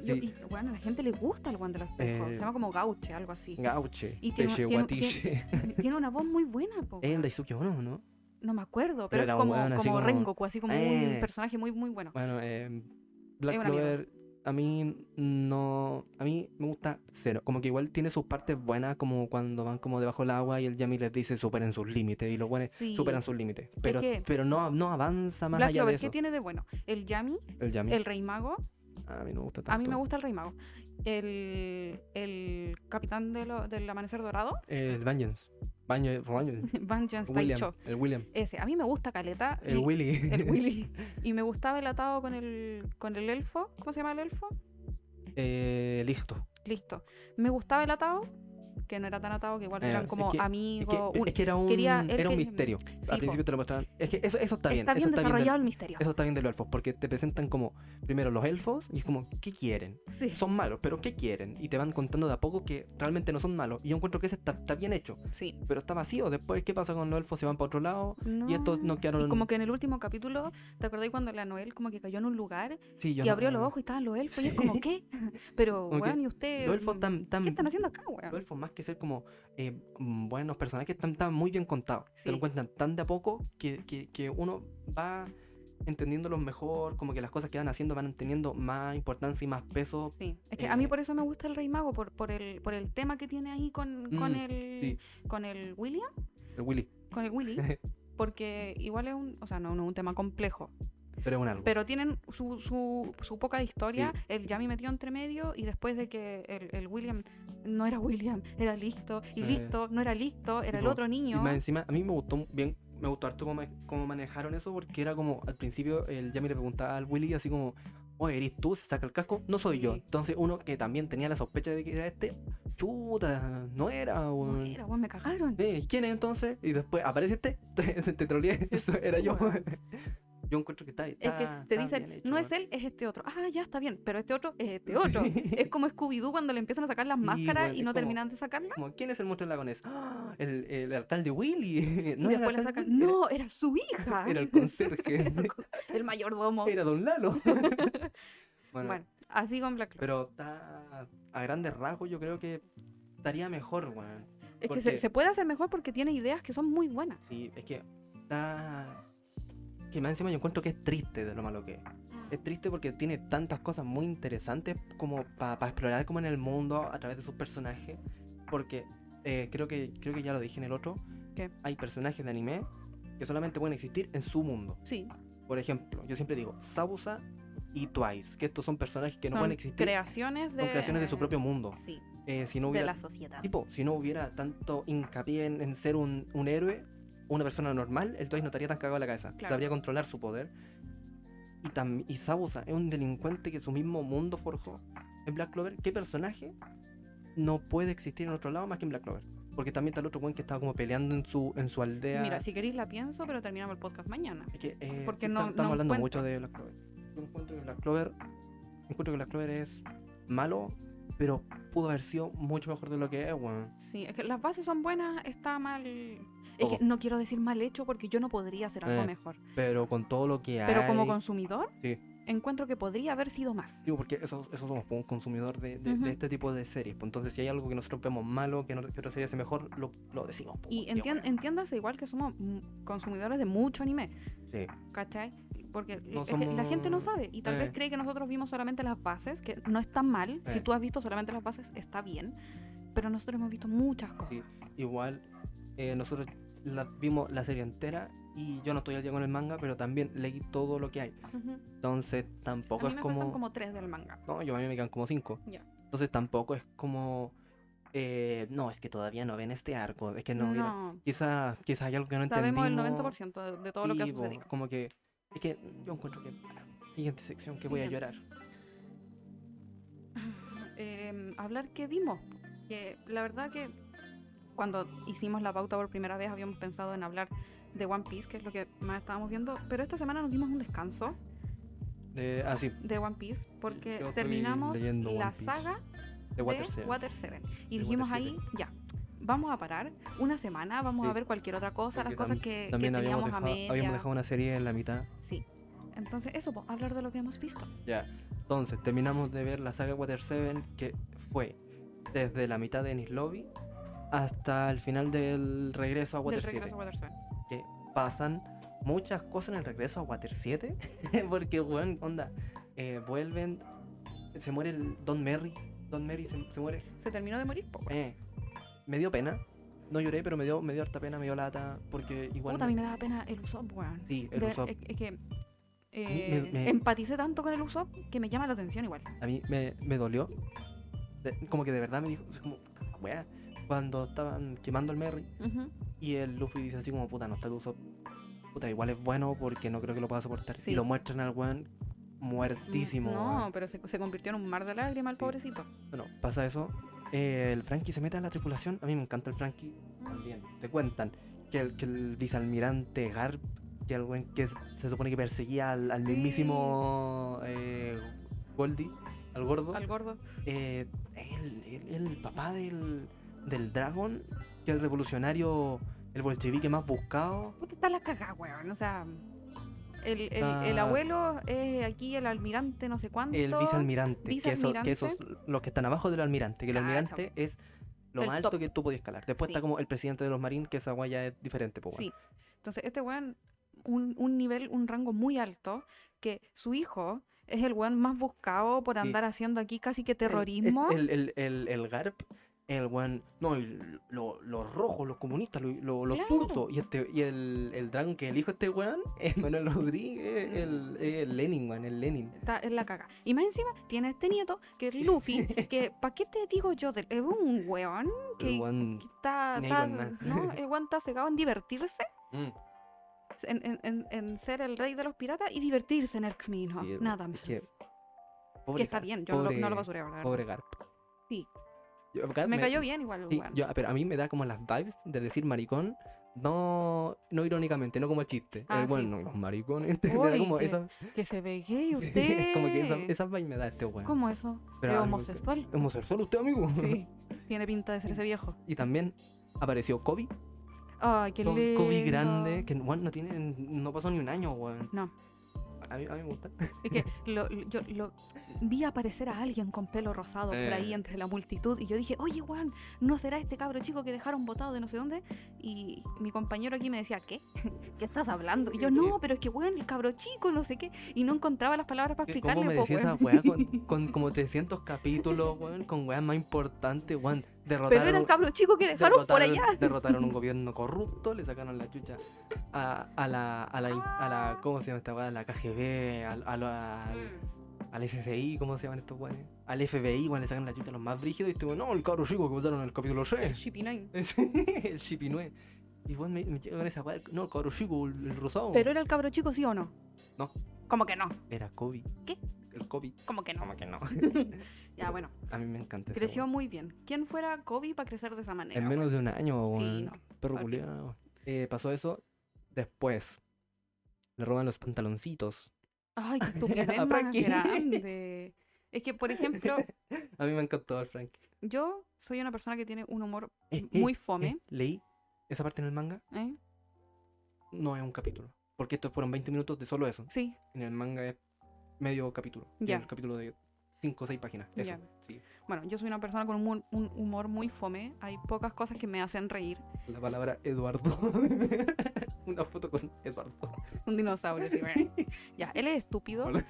S2: Yo-
S1: Sí.
S2: y, bueno, a la gente le gusta el guan de los espejos.
S1: Eh,
S2: Se llama como gauche, algo así.
S1: Gauche,
S2: Y tiene
S1: Teche,
S2: un- tiene un-
S1: Guatiche.
S2: <laughs> Tiene una voz muy buena, po.
S1: <laughs> Es el
S2: weón.
S1: de Isuki Ono, ¿no?
S2: No me
S1: Pero
S2: acuerdo, pero,
S1: era
S2: es
S1: un
S2: como,
S1: weón
S2: como,
S1: así como-
S2: Rengoku, así como un
S1: Eh.
S2: personaje muy, muy bueno.
S1: Bueno, eh, Black
S2: Es una mierda.
S1: Clover a mí no, a mí me gusta cero. Como que igual tiene sus partes buenas, como cuando van como debajo del agua y el Yami les dice superen sus límites y los buenos
S2: Sí.
S1: superan sus límites. Pero,
S2: que-
S1: pero no, no avanza Eh, más
S2: Black
S1: allá
S2: Clover,
S1: de eso. Mm.
S2: ¿qué tiene de bueno? El Yami,
S1: El Yami
S2: el Rey Mago.
S1: a mí no me gusta tanto.
S2: A mí me gusta el Rey Mago. El, el Capitán de lo- del Amanecer Dorado, <laughs>
S1: El Vengeance. Baño- Baño-
S2: Vengeance
S1: William,
S2: Taicho.
S1: el William,
S2: Ese, a mí me gusta Caleta.
S1: el
S2: y-
S1: Willy. <laughs>
S2: el Willy. Y me gustaba el atado con el, con el elfo. ¿Cómo se llama el elfo?
S1: Eh, Listo.
S2: Listo. Me gustaba el atado, que no era tan atado, que igual
S1: Eh,
S2: eran
S1: es
S2: como
S1: que- es que-
S2: amigos.
S1: Es que, es
S2: un-
S1: que era un,
S2: quería- él
S1: era un
S2: quería-
S1: misterio.
S2: sí,
S1: Al
S2: po.
S1: principio te lo mostraban. Es que eso, eso está bien.
S2: Está bien
S1: eso está bien del-
S2: desarrollado el misterio.
S1: Eso está bien de los elfos, porque te presentan como primero los elfos y es como, ¿qué quieren?
S2: Sí,
S1: Son malos, pero ¿qué quieren? Y te van contando de a poco que realmente no son malos. Y yo encuentro que ese está, está bien hecho,
S2: sí.
S1: pero está vacío. Después, ¿qué pasa con los elfos? Se van para otro lado. Y estos no quedaron.
S2: Ah, Y como que en el último capítulo, ¿te acordás cuando la Noel como que cayó en un lugar
S1: Sí, yo
S2: y
S1: no-
S2: abrió los ojos y estaban los elfos? Y es como,
S1: <laughs>
S2: ¿qué? Pero,
S1: Como que
S2: weón, ¿y usted?
S1: Los elfos
S2: mm,
S1: tan. tan
S2: ¿Qué están haciendo acá,
S1: los
S2: weón?
S1: elfos, más que ser como eh, mm, buenos personajes, están, están muy bien contados. Te lo
S2: Sí.
S1: cuentan tan de a poco que, que, que uno va entendiéndolos mejor, como que las cosas que van haciendo van teniendo más importancia y más peso.
S2: Sí, es que a mí
S1: eh,
S2: por eso me gusta el Rey Mago, por, por, el, por el tema que tiene ahí con, con,
S1: Mm,
S2: el,
S1: sí.
S2: con el William,
S1: El Willy,
S2: con el Willy,
S1: <laughs>
S2: porque igual es un, o sea, no, no es un tema complejo,
S1: pero es un algo.
S2: Pero tienen su, su, su poca historia. El Yami metió entre medio y después de que el, el William no era William, era listo. Y
S1: Eh,
S2: listo, no era listo, era el
S1: po,
S2: otro
S1: Y
S2: niño.
S1: más encima, a mí me gustó bien, me gustó harto cómo, cómo manejaron eso, porque era como al principio el Jamie le preguntaba al Willy así como, oye, ¿eres tú? Se saca el casco, no soy yo.
S2: Sí.
S1: Entonces uno que también tenía la sospecha de que era este, chuta, no era,
S2: No
S1: weón.
S2: era, weón, me cagaron.
S1: Eh, ¿Quién es entonces? Y después aparece este, <laughs> te, te troleé, <laughs> eso era yo.
S2: weón.
S1: yo encuentro que está,
S2: Es
S1: está
S2: que te
S1: está
S2: dicen,
S1: bien hecho,
S2: no
S1: weón.
S2: es él, es este otro. Ah, ya está bien, pero este otro es este otro.
S1: Sí.
S2: Es como Scooby-Doo cuando le empiezan a sacar las
S1: Sí,
S2: máscaras
S1: weón,
S2: y
S1: es
S2: no
S1: como-
S2: terminan de sacarlas.
S1: Como, ¿quién es el monstruo del lagones? ¡Ah! <gasps> El, el alcalde Willy. <laughs>
S2: Y
S1: No era el
S2: después le
S1: alcalde
S2: sacan,
S1: Willy,
S2: no, era su hija.
S1: <laughs> Era, era
S2: <laughs>
S1: el conserje. <laughs>
S2: Era el co- el mayordomo.
S1: era Don
S2: <laughs>
S1: Lalo. <laughs> bueno,
S2: Bueno, así con Black Clover.
S1: pero está a grandes rasgos yo creo que estaría mejor, weón.
S2: Es que se,
S1: porque-
S2: se puede hacer mejor porque tiene ideas que son muy buenas.
S1: Sí, es que está... Que más encima yo encuentro que es triste de lo malo que es. Es triste porque tiene tantas cosas muy interesantes como para explorar como en el mundo a través de sus personajes. Porque eh, creo, que, creo que ya lo dije en el otro.
S2: ¿Qué?
S1: Hay personajes de anime que solamente pueden existir en su mundo.
S2: Sí,
S1: Por ejemplo, yo siempre digo Sabusa y Twice, que estos son personajes que no
S2: Son
S1: van a existir,
S2: Creaciones de.
S1: son creaciones de su propio mundo.
S2: Sí,
S1: Eh, si no
S2: de
S1: hubiera
S2: la sociedad.
S1: tipo, si no hubiera tanto hincapié en, en ser un, un héroe, una persona normal, el Twice no estaría tan cagado en la cabeza.
S2: Claro.
S1: Sabría controlar su poder. Y, tam- y Sabusa es un delincuente que su mismo mundo forjó. En Black Clover, ¿qué personaje no puede existir en otro lado más que en Black Clover? Porque también está el otro buen que estaba como peleando en su, en su aldea.
S2: Mira, si queréis la pienso, pero terminamos el podcast mañana.
S1: Es que, eh,
S2: Porque
S1: sí,
S2: no-
S1: tam- estamos
S2: no
S1: hablando
S2: encuentro.
S1: mucho de Black Clover. Yo encuentro que Black Clover, encuentro que Black Clover es malo, pero pudo haber sido mucho mejor de lo que es, weón.
S2: Sí, es que las bases son buenas, está mal. Es
S1: Todo.
S2: que no quiero decir mal hecho porque yo no podría hacer algo
S1: Eh,
S2: mejor.
S1: Pero con todo lo que hay.
S2: Pero como consumidor,
S1: Sí.
S2: encuentro que podría haber sido más.
S1: Digo, porque eso, eso somos pues, un consumidor de, de- de
S2: Ujú.
S1: este tipo de series. pues, Entonces, si hay algo que nosotros vemos malo, que, no- que otra serie hace mejor, lo, lo decimos. pues,
S2: Y
S1: weón,
S2: entien-
S1: digamos.
S2: entiéndase igual que somos mm, consumidores de mucho anime,
S1: Sí.
S2: ¿cachai? Porque
S1: No
S2: es que la gente no
S1: somos-
S2: sabe y tal
S1: eh.
S2: vez cree que nosotros vimos solamente las bases, que no está mal. Si
S1: Eh.
S2: tú has visto solamente las bases, está bien. Pero nosotros hemos visto muchas cosas.
S1: Igual, eh, nosotros la- vimos la serie entera y yo no estoy al día con el manga, pero también leí todo lo que hay.
S2: Ujú.
S1: Entonces,
S2: A
S1: tampoco
S2: mí
S1: es
S2: me
S1: como...
S2: faltan como tres del manga.
S1: No, yo a mí me quedan como cinco.
S2: Ya.
S1: Entonces, tampoco es como... eh, no, es que todavía no ven este arco. Es que no, vieron-
S2: No,
S1: Quizás quizá hay algo que no
S2: sabemos el
S1: entendimos.
S2: 90% de, de todo lo que ha
S1: Sí, po,
S2: sucedido.
S1: Como que. Es que yo encuentro que. Siguiente sección, que voy a
S2: Siguiente.
S1: llorar.
S2: eh, hablar qué vimos. Que la verdad que cuando hicimos la pauta por primera vez habíamos pensado en hablar de One Piece, que es lo que más estábamos viendo, pero esta semana nos dimos un descanso
S1: De, ah, sí,
S2: de One Piece porque
S1: Yo estoy
S2: terminamos
S1: leyendo One
S2: la
S1: Piece.
S2: saga
S1: de Water
S2: de
S1: Seven.
S2: Water 7 y
S1: De
S2: dijimos
S1: Water
S2: ahí, ya, vamos a parar una semana, vamos
S1: Sí.
S2: a ver cualquier otra cosa,
S1: Porque
S2: las cosas
S1: tam-
S2: que, que
S1: También habíamos,
S2: teníamos a
S1: dejado,
S2: media.
S1: habíamos dejado una serie en la mitad.
S2: Sí. Entonces, eso, po, hablar de lo que hemos visto.
S1: Ya. Entonces, terminamos de ver la saga Water 7, que fue desde la mitad de Ennis Lobby hasta el final del regreso a Water
S2: del
S1: 7.
S2: regreso a Water 7.
S1: que pasan muchas cosas en el regreso a Water 7. <laughs> porque, weón, onda, eh, vuelven. Se muere el Don Merry. Don Merry se, se muere.
S2: Se terminó de morir, po, weón.
S1: Eh, me dio pena. No lloré, pero me dio, me dio harta pena, me dio lata. Porque igual.
S2: Puta, a mí me daba pena el Usopp, weón.
S1: Sí, el
S2: Ver-
S1: Usopp.
S2: Es, es que eh,
S1: me-
S2: empaticé tanto con el Usopp que me llama la atención igual.
S1: A mí me, me dolió. De- como que de verdad me dijo. Como, "Weá", Cuando estaban quemando al Merry y el Luffy dice así como, puta, no está el Usopp. Puta, igual es bueno porque no creo que lo pueda soportar.
S2: Sí. Mm,
S1: Y lo muestran al weón muertísimo.
S2: No,
S1: weón.
S2: pero se, se convirtió en un mar de lágrimas el
S1: Sí.
S2: pobrecito.
S1: Bueno, pasa eso. eh, el Frankie se mete a la tripulación. A mí me encanta el Frankie. También. Te cuentan que el, que el vicealmirante Garp, que el weón que se supone que perseguía al, al
S2: Sí.
S1: mismísimo eh, Goldie, al gordo.
S2: Al gordo.
S1: eh, el, el- el papá del, del Dragon, que el revolucionario, el bolchevique más buscado.
S2: Puta, está la cagada, weón. O sea, el, el- el
S1: Está-
S2: abuelo es aquí el almirante no sé cuánto.
S1: El vicealmirante, que, eso, que
S2: Vicealmirante.
S1: esos los que están abajo del almirante, que el
S2: Cacha.
S1: almirante es lo
S2: El
S1: más alto
S2: top.
S1: que tú podías escalar. Después
S2: Sí.
S1: está como el presidente de los marines, que esa guaya es diferente, pues, po, weón.
S2: Sí. Entonces, este weón, un, un nivel, un rango muy alto, que su hijo es el weón más buscado por
S1: Sí.
S2: andar haciendo aquí casi que
S1: el-
S2: terrorismo.
S1: El, el, el, el GARP, el buen. No, y lo- los rojos, los comunistas, lo- lo- los
S2: Claro.
S1: turcos. Y, este, y el, el dragón que elijo este weón <laughs> es Manuel Rodríguez,
S2: Mm.
S1: el, el Lenin, weón, el Lenin.
S2: Está en la caga. Y más encima tiene este nieto que es Luffy,
S1: <laughs>
S2: que ¿para qué te digo yo? del- Es un weón
S1: El
S2: que,
S1: weón.
S2: que está,
S1: ni ahí
S2: está-
S1: con nada. <laughs>
S2: ¿no? El weón está cegado en divertirse,
S1: mm,
S2: en, en- en- en ser el rey de los piratas y divertirse en el camino.
S1: Sí,
S2: Nada
S1: es
S2: más.
S1: que-
S2: Que,
S1: pobre
S2: está
S1: Garp,
S2: bien, yo no lo-
S1: pobre-
S2: no lo basureo, la verdad.
S1: Pobre Garp.
S2: Sí.
S1: Yo- Garp
S2: me cayó bien igual el
S1: sí,
S2: weón.
S1: yo- pero a mí me da como las vibes de decir maricón. No, no irónicamente, no como chiste.
S2: Ah,
S1: el
S2: sí.
S1: bueno, los maricones. <laughs> me da
S2: Uy,
S1: como
S2: que
S1: esa-
S2: Que se ve gay
S1: <laughs> sí,
S2: usted.
S1: como que esa- esas vibes me da este weón.
S2: ¿Cómo eso?
S1: Pero ah,
S2: ¿Es
S1: algo que-
S2: homosexual?
S1: Homosexual usted, amigo.
S2: Sí, tiene pinta de ser ese viejo.
S1: <laughs> Y también apareció Kobe.
S2: Ay, qué
S1: Kobe,
S2: lindo.
S1: Kobe grande, que weón, no tiene, no pasó ni un año, weón.
S2: No.
S1: A mí, a mí me gusta.
S2: Es que lo- lo- yo lo vi aparecer a alguien con pelo rosado por ahí
S1: Eh.
S2: entre la multitud y yo dije, oye, Juan, ¿no será este cabro chico que dejaron botado de no sé dónde? Y mi compañero aquí me decía, ¿qué? <laughs> ¿Qué estás hablando? Y yo, no, pero es que, weón, el cabro chico, no sé qué. Y no encontraba las palabras para
S1: Que ¿Cómo
S2: explicarle,
S1: me
S2: po, <laughs>
S1: decía esa
S2: weón.
S1: weá con, con como 300 capítulos, weón? Con weá más importante, weón. derrotaron,
S2: <laughs> Pero era el cabro chico que dejaron por
S1: derrotaron-
S2: allá.
S1: <laughs>
S2: <laughs>
S1: derrotaron un gobierno corrupto, le sacaron la chucha a, a la, a, la, a
S2: Ah.
S1: la- ¿Cómo se llama esta weá? A la KGB, al- a la- al,
S2: Mm.
S1: al SCI, ¿cómo se llaman estos weones? Al FBI, weón, le sacaron la chucha a los más brígidos y este weón, no, el cabro chico que votaron en el capítulo
S2: El
S1: 6.
S2: Shippy
S1: <laughs> el Shipinue. Y weón me, me llega con esa weá, no, el cabro chico, el, el rosado.
S2: Pero era el cabro chico, ¿sí o no?
S1: No.
S2: Como que no,
S1: Era Kobe.
S2: ¿Qué?
S1: El Kobe.
S2: como que no.
S1: Como que no.
S2: Ya, bueno,
S1: A mí me encanta ese
S2: creció
S1: weón.
S2: muy bien. ¿Quién fuera Kobe para crecer de esa manera?
S1: En menos de un año,
S2: Sí,
S1: weón.
S2: no,
S1: Perro
S2: fuerte.
S1: culiao. Eh, pasó eso. Después. Le roban los pantaloncitos.
S2: Ay, qué
S1: A
S2: estupidez más
S1: Frankie.
S2: grande. Es que, por ejemplo,
S1: A mí me encantó el Frank.
S2: yo soy una persona que tiene un humor
S1: Eh, eh,
S2: muy
S1: eh,
S2: fome.
S1: leí esa parte en el manga.
S2: ¿eh?
S1: No es un capítulo. Porque estos fueron 20 minutos de solo eso.
S2: Sí,
S1: En el manga es medio capítulo. Y
S2: Ya.
S1: en el capítulo de 5 o 6 páginas. Eso.
S2: Ya.
S1: Sí.
S2: bueno, yo soy una persona con un, mu- un humor muy fome. Hay pocas cosas que me hacen reír.
S1: La palabra Eduardo. <laughs> Una foto con Eduardo.
S2: Un dinosaurio, sí, bueno. <laughs> Ya, él es estúpido.
S1: Hola.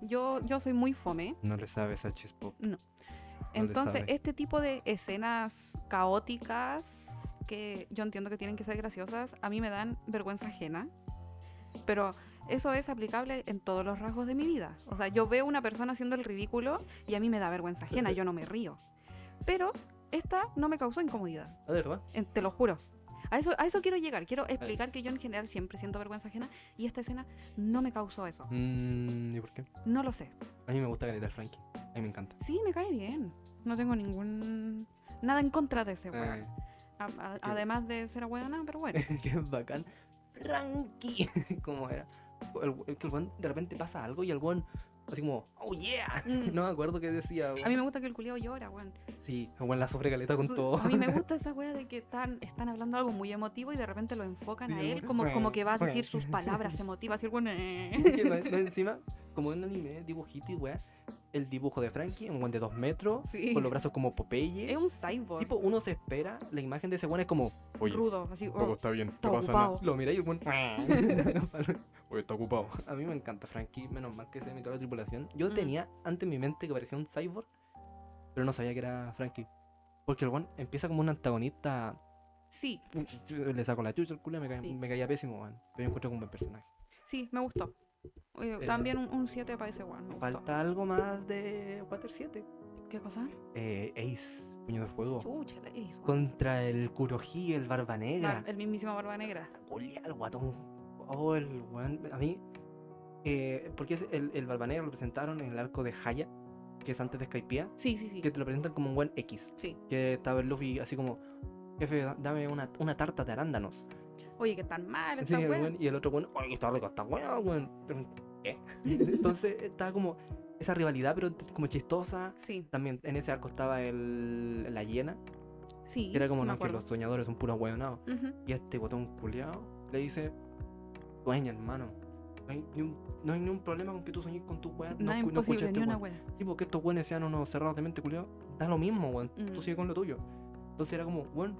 S2: Yo, yo soy muy fome.
S1: No le sabes a Chispo. No le
S2: Entonces,
S1: sabe.
S2: este tipo de escenas caóticas que yo entiendo que tienen que ser graciosas, a mí me dan vergüenza ajena. Pero eso es aplicable en todos los rasgos de mi vida. O sea, yo veo una persona haciendo el ridículo y a mí me da vergüenza ajena, yo no me río. Pero esta no me causó incomodidad,
S1: ¿A Ah, verdad?
S2: eh, te lo juro. A eso, a eso quiero llegar, quiero explicar que yo en general siempre siento vergüenza ajena y esta escena no me causó eso.
S1: Mm, ¿Y por qué?
S2: No lo sé.
S1: A mí me gusta Galeta el Frankie. A mí me encanta.
S2: Sí, me cae bien. No tengo ningún... Nada en contra de ese weón.
S1: Eh,
S2: A- a-
S1: Qué-
S2: además de ser hueona, pero bueno.
S1: <laughs> que es bacán. Frankie. <laughs> ¿Cómo era? El- el que el weón de repente pasa algo y el weón así como, oh yeah. <laughs> No me acuerdo qué decía.
S2: Mm. A mí
S1: weón.
S2: me gusta que el culiao llora, weón.
S1: Sí, el weón la sufre caleta con
S2: Su- <laughs>
S1: todo. <laughs>
S2: A mí me gusta esa wea de que están, están hablando algo muy emotivo y de repente lo enfocan a
S1: Sí,
S2: él como, como que va a
S1: bueno.
S2: decir sus
S1: <laughs>
S2: palabras emotivas y el weón,
S1: Porque
S2: eh.
S1: más- más encima, como en anime, dibujito y weá, el dibujo de Frankie, un weón de dos metros,
S2: Sí.
S1: con los brazos como Popeye.
S2: Es un cyborg.
S1: Tipo, uno se espera, la imagen de ese weón es como, oye,
S2: rudo, así.
S1: todo
S2: oh,
S1: está bien, no
S2: está
S1: pasa nada.
S2: ocupado.
S1: Lo mira y el <laughs> weón, oye, está ocupado. A mí me encanta Frankie, menos mal que se metió a la tripulación. Yo
S2: Mm.
S1: tenía ante mi mente que parecía un cyborg, pero no sabía que era Frankie. Porque el weón empieza como un antagonista.
S2: Sí,
S1: Le saco la chucha al culo, me, cae-
S2: Sí.
S1: me caía pésimo, weón. Pero yo encuentro como un buen personaje.
S2: sí, me gustó. Eh,
S1: Eh,
S2: también un- un 7 para ese weón. me gustó.
S1: Falta algo más de Water 7.
S2: ¿Qué cosa?
S1: Eh, Ace, puño de fuego.
S2: Chucha, la hizo.
S1: Contra el Kuroji, el Oh. Barba Negra.
S2: Bar- el mismísimo Barba Negra.
S1: Julia, el guatón. Oh, el weón. A mí. eh, porque es el, el Barba Negra lo presentaron en el arco de Haya, que es antes de Skypiea,
S2: Sí, sí, sí.
S1: que te lo presentan como un buen X.
S2: Sí.
S1: Que estaba el Luffy así como. Jefe, da- dame una, una tarta de arándanos.
S2: Oye, que tan mal
S1: Sí,
S2: esta
S1: el
S2: wea.
S1: weón, y el otro weón, oye, está rico esta weá, weón. Pero, ¿Qué? <laughs> Entonces estaba como esa rivalidad, pero como chistosa.
S2: Sí,
S1: También en ese arco estaba el, la hiena,
S2: sí.
S1: que era como,
S2: sí me
S1: no, que
S2: acuerdo.
S1: los soñadores son puros hueonados.
S2: Ujú.
S1: Y este botón culiado le dice, sueña, hermano. No hay, ni un, no hay ningún problema con que tú sueñes con tu weá. No,
S2: Nada
S1: escu- no
S2: imposible,
S1: escuches
S2: ni
S1: este
S2: una
S1: weón.
S2: wea.
S1: Sí, porque estos weones sean unos cerrados de mente, culiado. Da lo mismo, weón.
S2: Mm.
S1: Tú sigue con lo tuyo. Entonces era como, weón,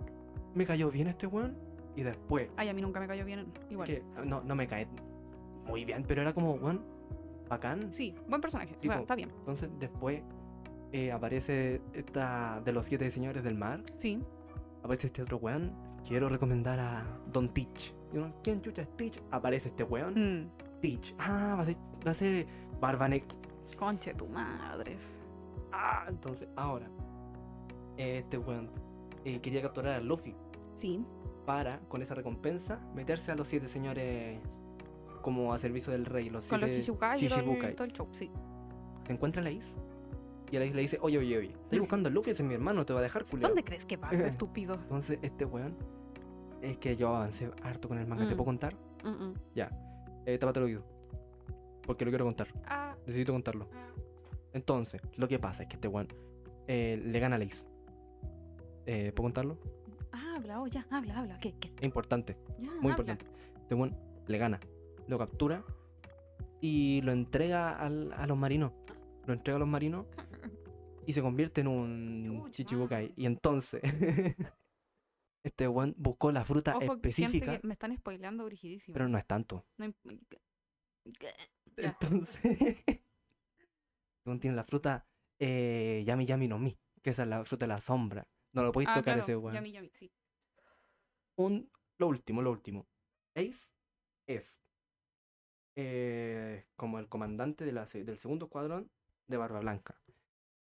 S1: me cayó bien este weón. Y después,
S2: Ay, a mí nunca me cayó bien. Igual.
S1: que no, no me cae muy bien, pero era como, weón, bacán.
S2: Sí, buen personaje. o
S1: Sí,
S2: sea,
S1: po.
S2: está bien.
S1: Entonces después eh, aparece esta de los siete señores del mar.
S2: Sí.
S1: Aparece este otro weón. Quiero recomendar a Don Teach. Y uno, ¿quién chucha es Teach? Aparece este weón.
S2: Mm,
S1: Teach. Ah, va a ser, va a ser Barbanek.
S2: conche tu madres.
S1: Ah, entonces, ahora. eh, Este weón eh, quería capturar a Luffy
S2: Sí.
S1: para, con esa recompensa, meterse a los siete señores como a servicio del rey. Los
S2: Con los
S1: siete
S2: Chichibukai y todo
S1: Chichibukai.
S2: el, todo el show. Sí.
S1: Se encuentra la Ace. Y la Ace le dice, oye, oye, oye. Estoy buscando a Luffy, ese es mi hermano, te va a dejar, culiao.
S2: ¿Dónde crees que vas,
S1: Eh,
S2: estúpido?
S1: Entonces, este weón. Es que yo avancé harto con el manga. ¿Te
S2: Mm.
S1: puedo contar?
S2: Mm, mm.
S1: Eh, tápate el oído. Porque lo quiero contar.
S2: Ah,
S1: Necesito contarlo.
S2: ah.
S1: Entonces, lo que pasa es que este weón eh, le gana a Lace. Eh, ¿Puedo contarlo?
S2: Ah, habla, oh, ya, habla, habla. ¿Qué? qué?
S1: Es importante, muy
S2: Ya, habla.
S1: importante. Este weón le gana, lo captura y lo entrega al- a los marinos. Lo entrega a los marinos y se convierte en un
S2: Chucha.
S1: chichibukai. Y entonces, <laughs> este weón buscó la fruta
S2: Ojo, que gente
S1: específica,
S2: que me están spoileando brigidísimo.
S1: pero no es tanto.
S2: No imp- ¿Qué?
S1: <laughs>
S2: Ya.
S1: Entonces, <laughs> según tiene la fruta eh, Yami Yami no Mi, que esa es la fruta de la sombra, No lo podéis
S2: Ah,
S1: tocar
S2: claro,
S1: ese weón.
S2: Yami, Yami, sí.
S1: un, lo último, lo último. Ace es eh, como el comandante de la se- del segundo escuadrón de Barba Blanca.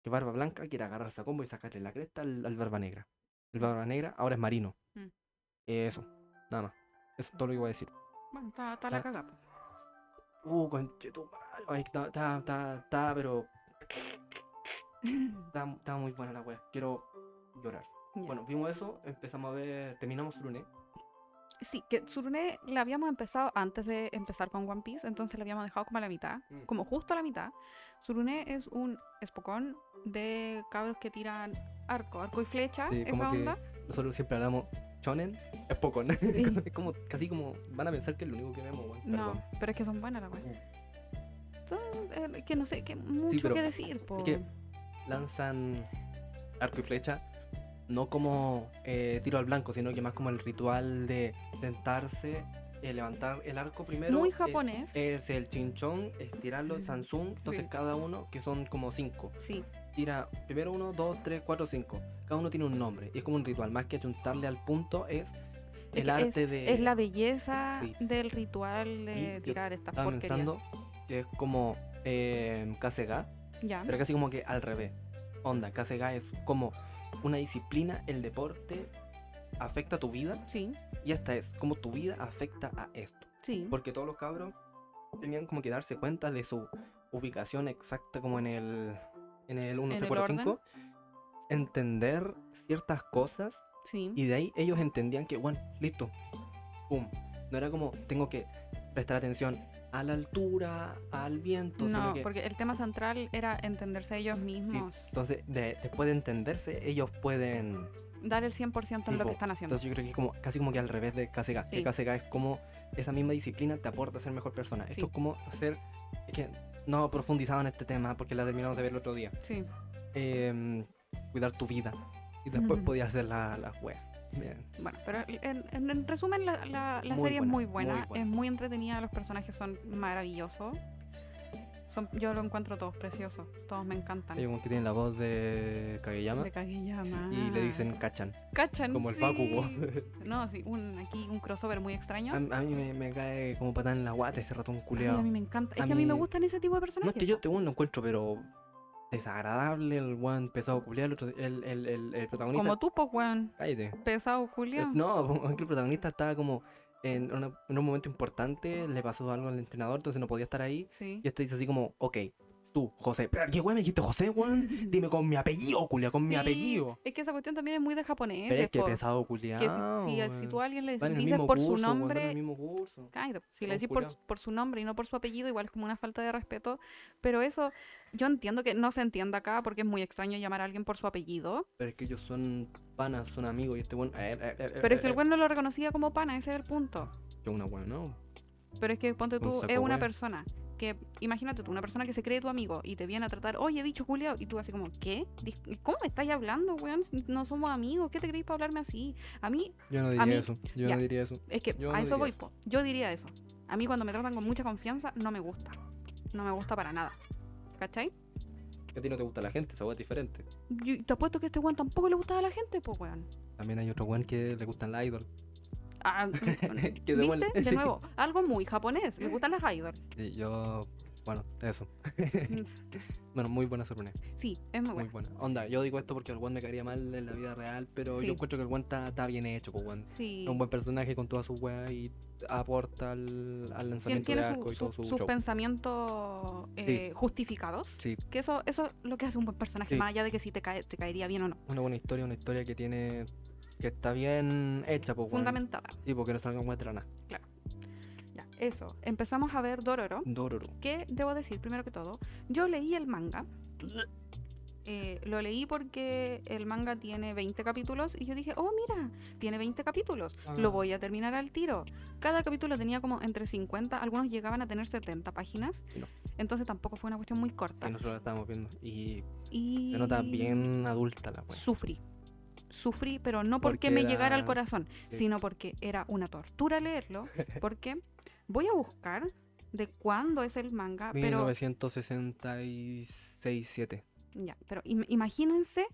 S1: Que Barba Blanca quiere agarrarse a combo y sacarle la cresta al, al Barba Negra. El Barba Negra ahora es marino.
S2: Mm.
S1: Eh, eso, nada más. Eso es todo lo que voy a decir.
S2: Bueno, está, está la
S1: Ah.
S2: cagada. <laughs> po.
S1: Uh, conchetumare. Ay, está, está, está, está, pero está, está muy buena la wea. Quiero llorar.
S2: Ya.
S1: Bueno, vimos eso, empezamos a ver, terminamos lunes.
S2: Sí, que Tsurune la habíamos empezado antes de empezar con One Piece, entonces la habíamos dejado como a la mitad,
S1: Mm.
S2: como justo a la mitad. Tsurune es un espocón de cabros que tiran arco, arco y flecha,
S1: Sí,
S2: esa
S1: como que-
S2: onda.
S1: Nosotros siempre hablamos shonen, es poco, ¿no?
S2: Sí.
S1: <laughs> es como, casi como van a pensar que es lo único que vemos, weón.
S2: No,
S1: perdón. Mm.
S2: pero es que son buenas las weas. Eh, Que no sé, que mucho
S1: pero
S2: que decir, po.
S1: que- Lanzan arco y flecha, no como eh, tiro al blanco, sino que más como el ritual de sentarse, eh, levantar el arco primero.
S2: Muy
S1: eh,
S2: japonés.
S1: es el chinchón, estirarlo, el Samsung, entonces
S2: Sí.
S1: cada uno, que son como cinco.
S2: sí,
S1: Tira primero uno, dos, tres, cuatro, cinco. Cada uno tiene un nombre. Y es como un ritual. Más que achuntarle al punto, es
S2: Es
S1: el
S2: que
S1: arte
S2: es,
S1: de.
S2: es la belleza
S1: Sí.
S2: del ritual de
S1: yo
S2: tirar estas
S1: Estaba
S2: porquerías.
S1: pensando que es como eh, Kasega,
S2: Ya.
S1: pero casi como que al revés. Onda, Kasega es como una disciplina, el deporte afecta tu vida
S2: Sí,
S1: y esta es como tu vida afecta a esto.
S2: sí.
S1: Porque todos los cabros tenían como que darse cuenta de su ubicación exacta como en el, en el 1,
S2: En
S1: 6,
S2: el
S1: 4,
S2: orden.
S1: 5, entender ciertas cosas
S2: Sí.
S1: y de ahí ellos entendían que, bueno, listo. Pum. No era como, tengo que prestar atención a la altura, al viento, sino
S2: no,
S1: que...
S2: porque el tema central era entenderse ellos
S1: sí,
S2: mismos,
S1: entonces, de- después de entenderse, ellos pueden...
S2: dar el 100% en
S1: Sí,
S2: lo
S1: po.
S2: que están haciendo.
S1: Entonces yo creo que es como, casi como que al revés de KCK.
S2: Sí.
S1: Que KCK es como esa misma disciplina te aporta a ser mejor persona.
S2: Sí.
S1: Esto es como hacer... Es que no profundizaba en este tema porque la terminamos de ver el otro día.
S2: Sí,
S1: Em, cuidar tu vida. Y después
S2: Ujú.
S1: podías hacer la, la wea. Bien.
S2: bueno, pero en, en- en resumen la, la- la
S1: Muy
S2: serie
S1: buena,
S2: es muy buena,
S1: muy buena.
S2: es muy entretenida, los personajes son maravillosos. Son, yo lo encuentro todos preciosos, todos me encantan.
S1: Hay uno que tiene la voz de Kageyama.
S2: De
S1: Sí,
S2: Kageyama.
S1: Y le dicen cachan,
S2: Cachan,
S1: como el
S2: sí.
S1: Bakugo.
S2: <laughs> No, sí, un, aquí un crossover muy extraño.
S1: a, a mí me, me cae como patada en la guata ese ratón
S2: Ay,
S1: culeado.
S2: a mí me encanta. Es
S1: A
S2: que a mí me
S1: mí-
S2: gustan ese tipo de
S1: No
S2: personajes.
S1: es que yo te lo encuentro, pero desagradable el weón pesado culeado. El, otro- el, el, el- el protagonista.
S2: Como tú, pues, weón.
S1: Cállate.
S2: Pesado, Julio.
S1: Eh, No, como que el protagonista estaba como en, una- en un momento importante, le pasó algo al entrenador, entonces no podía estar ahí.
S2: Sí.
S1: Y este dice así como, ok, tú, José. Pero ¿qué weón me dijiste José, weón?
S2: <laughs>
S1: Dime con mi apellido, culiao, con mi
S2: Sí,
S1: apellido.
S2: Es que esa cuestión también es muy de japonés.
S1: Pero es que pesado culiado.
S2: si, si- si tú a alguien le
S1: Van en el
S2: dices
S1: mismo
S2: por
S1: curso, weón,
S2: su
S1: van en el
S2: nombre.
S1: mismo curso.
S2: Cállate, si
S1: Son
S2: le decís por,
S1: culiados.
S2: por su nombre y no por su apellido, igual es como una falta de respeto. Pero eso, yo entiendo que no se entienda acá porque es muy extraño llamar a alguien por su apellido.
S1: Pero es que ellos son panas, son amigos y este buen.
S2: Pero es que el güey no lo reconocía como pana, ese es el punto.
S1: eh, Yo una buena, ¿no?
S2: Pero es que ponte
S1: Un
S2: tú,
S1: saco
S2: es una
S1: weón.
S2: persona que, imagínate tú, una persona que se cree tu amigo y te viene a tratar, oye, bicho Julio, y tú así como, ¿qué? Dis- ¿Cómo me estás hablando, weón? Si No somos amigos, ¿qué te creéis para hablarme así? A mí,
S1: Yo no diría
S2: mí-
S1: eso. Yo
S2: ya.
S1: no diría eso.
S2: es que
S1: Yo
S2: a
S1: no
S2: eso
S1: diría
S2: voy,
S1: eso.
S2: po. yo diría eso. A mí cuando me tratan con mucha confianza, no me gusta. No me gusta para nada. ¿Cachai?
S1: Que a ti no te gusta la gente, esa hueá es diferente.
S2: Yo- te apuesto que a este weón tampoco le gustaba a la gente, pues weón.
S1: También hay otro weón que le gustan las idol. <laughs>
S2: Ah,
S1: Que se vuelve-
S2: ¿Viste? De
S1: sí.
S2: nuevo, algo muy japonés. Le gustan las idols.
S1: Y yo. Bueno, eso. Bueno, muy buena sorpresa.
S2: Sí, es muy Ah, bueno.
S1: Muy buena. Onda, yo digo esto porque el weón me caería mal en la vida real, pero
S2: Sí.
S1: yo encuentro que el weón está, está bien hecho, pues weón.
S2: Sí.
S1: Es un buen personaje con todas sus weas y aporta al, al
S2: Tien-
S1: lanzamiento de
S2: tiene su-
S1: arco y
S2: su-
S1: todo su
S2: sus
S1: show.
S2: pensamientos eh, justificados.
S1: Sí,
S2: Que eso, eso es lo que hace un buen personaje,
S1: Sí.
S2: más allá de que si te, cae, te caería bien o no.
S1: una buena historia, una historia que tiene. que está bien hecha, pues weón.
S2: Fundamentada.
S1: Sí, porque no salgan weas de la nada.
S2: Ya, eso. Empezamos a ver Dororo,
S1: Dororo.
S2: que debo decir primero que todo, yo leí el
S1: <clears throat>
S2: manga. Eh, lo leí porque el manga tiene 20 capítulos y yo dije, oh, mira, tiene 20 capítulos,
S1: Ah.
S2: lo voy a terminar al tiro. Cada capítulo tenía como entre 50, algunos llegaban a tener 70 páginas,
S1: Sí, no.
S2: entonces tampoco fue una cuestión muy corta.
S1: que nosotros la estábamos viendo. Y
S2: Y...
S1: se nota bien adulta la wea.
S2: sufrí. Sufrí, pero no porque,
S1: Porque
S2: me llegara al
S1: era-
S2: corazón,
S1: Sí.
S2: sino porque era una
S1: <laughs>
S2: tortura leerlo, porque voy a buscar de cuándo es el manga, pero
S1: 1966-7.
S2: ya, pero im- imagínense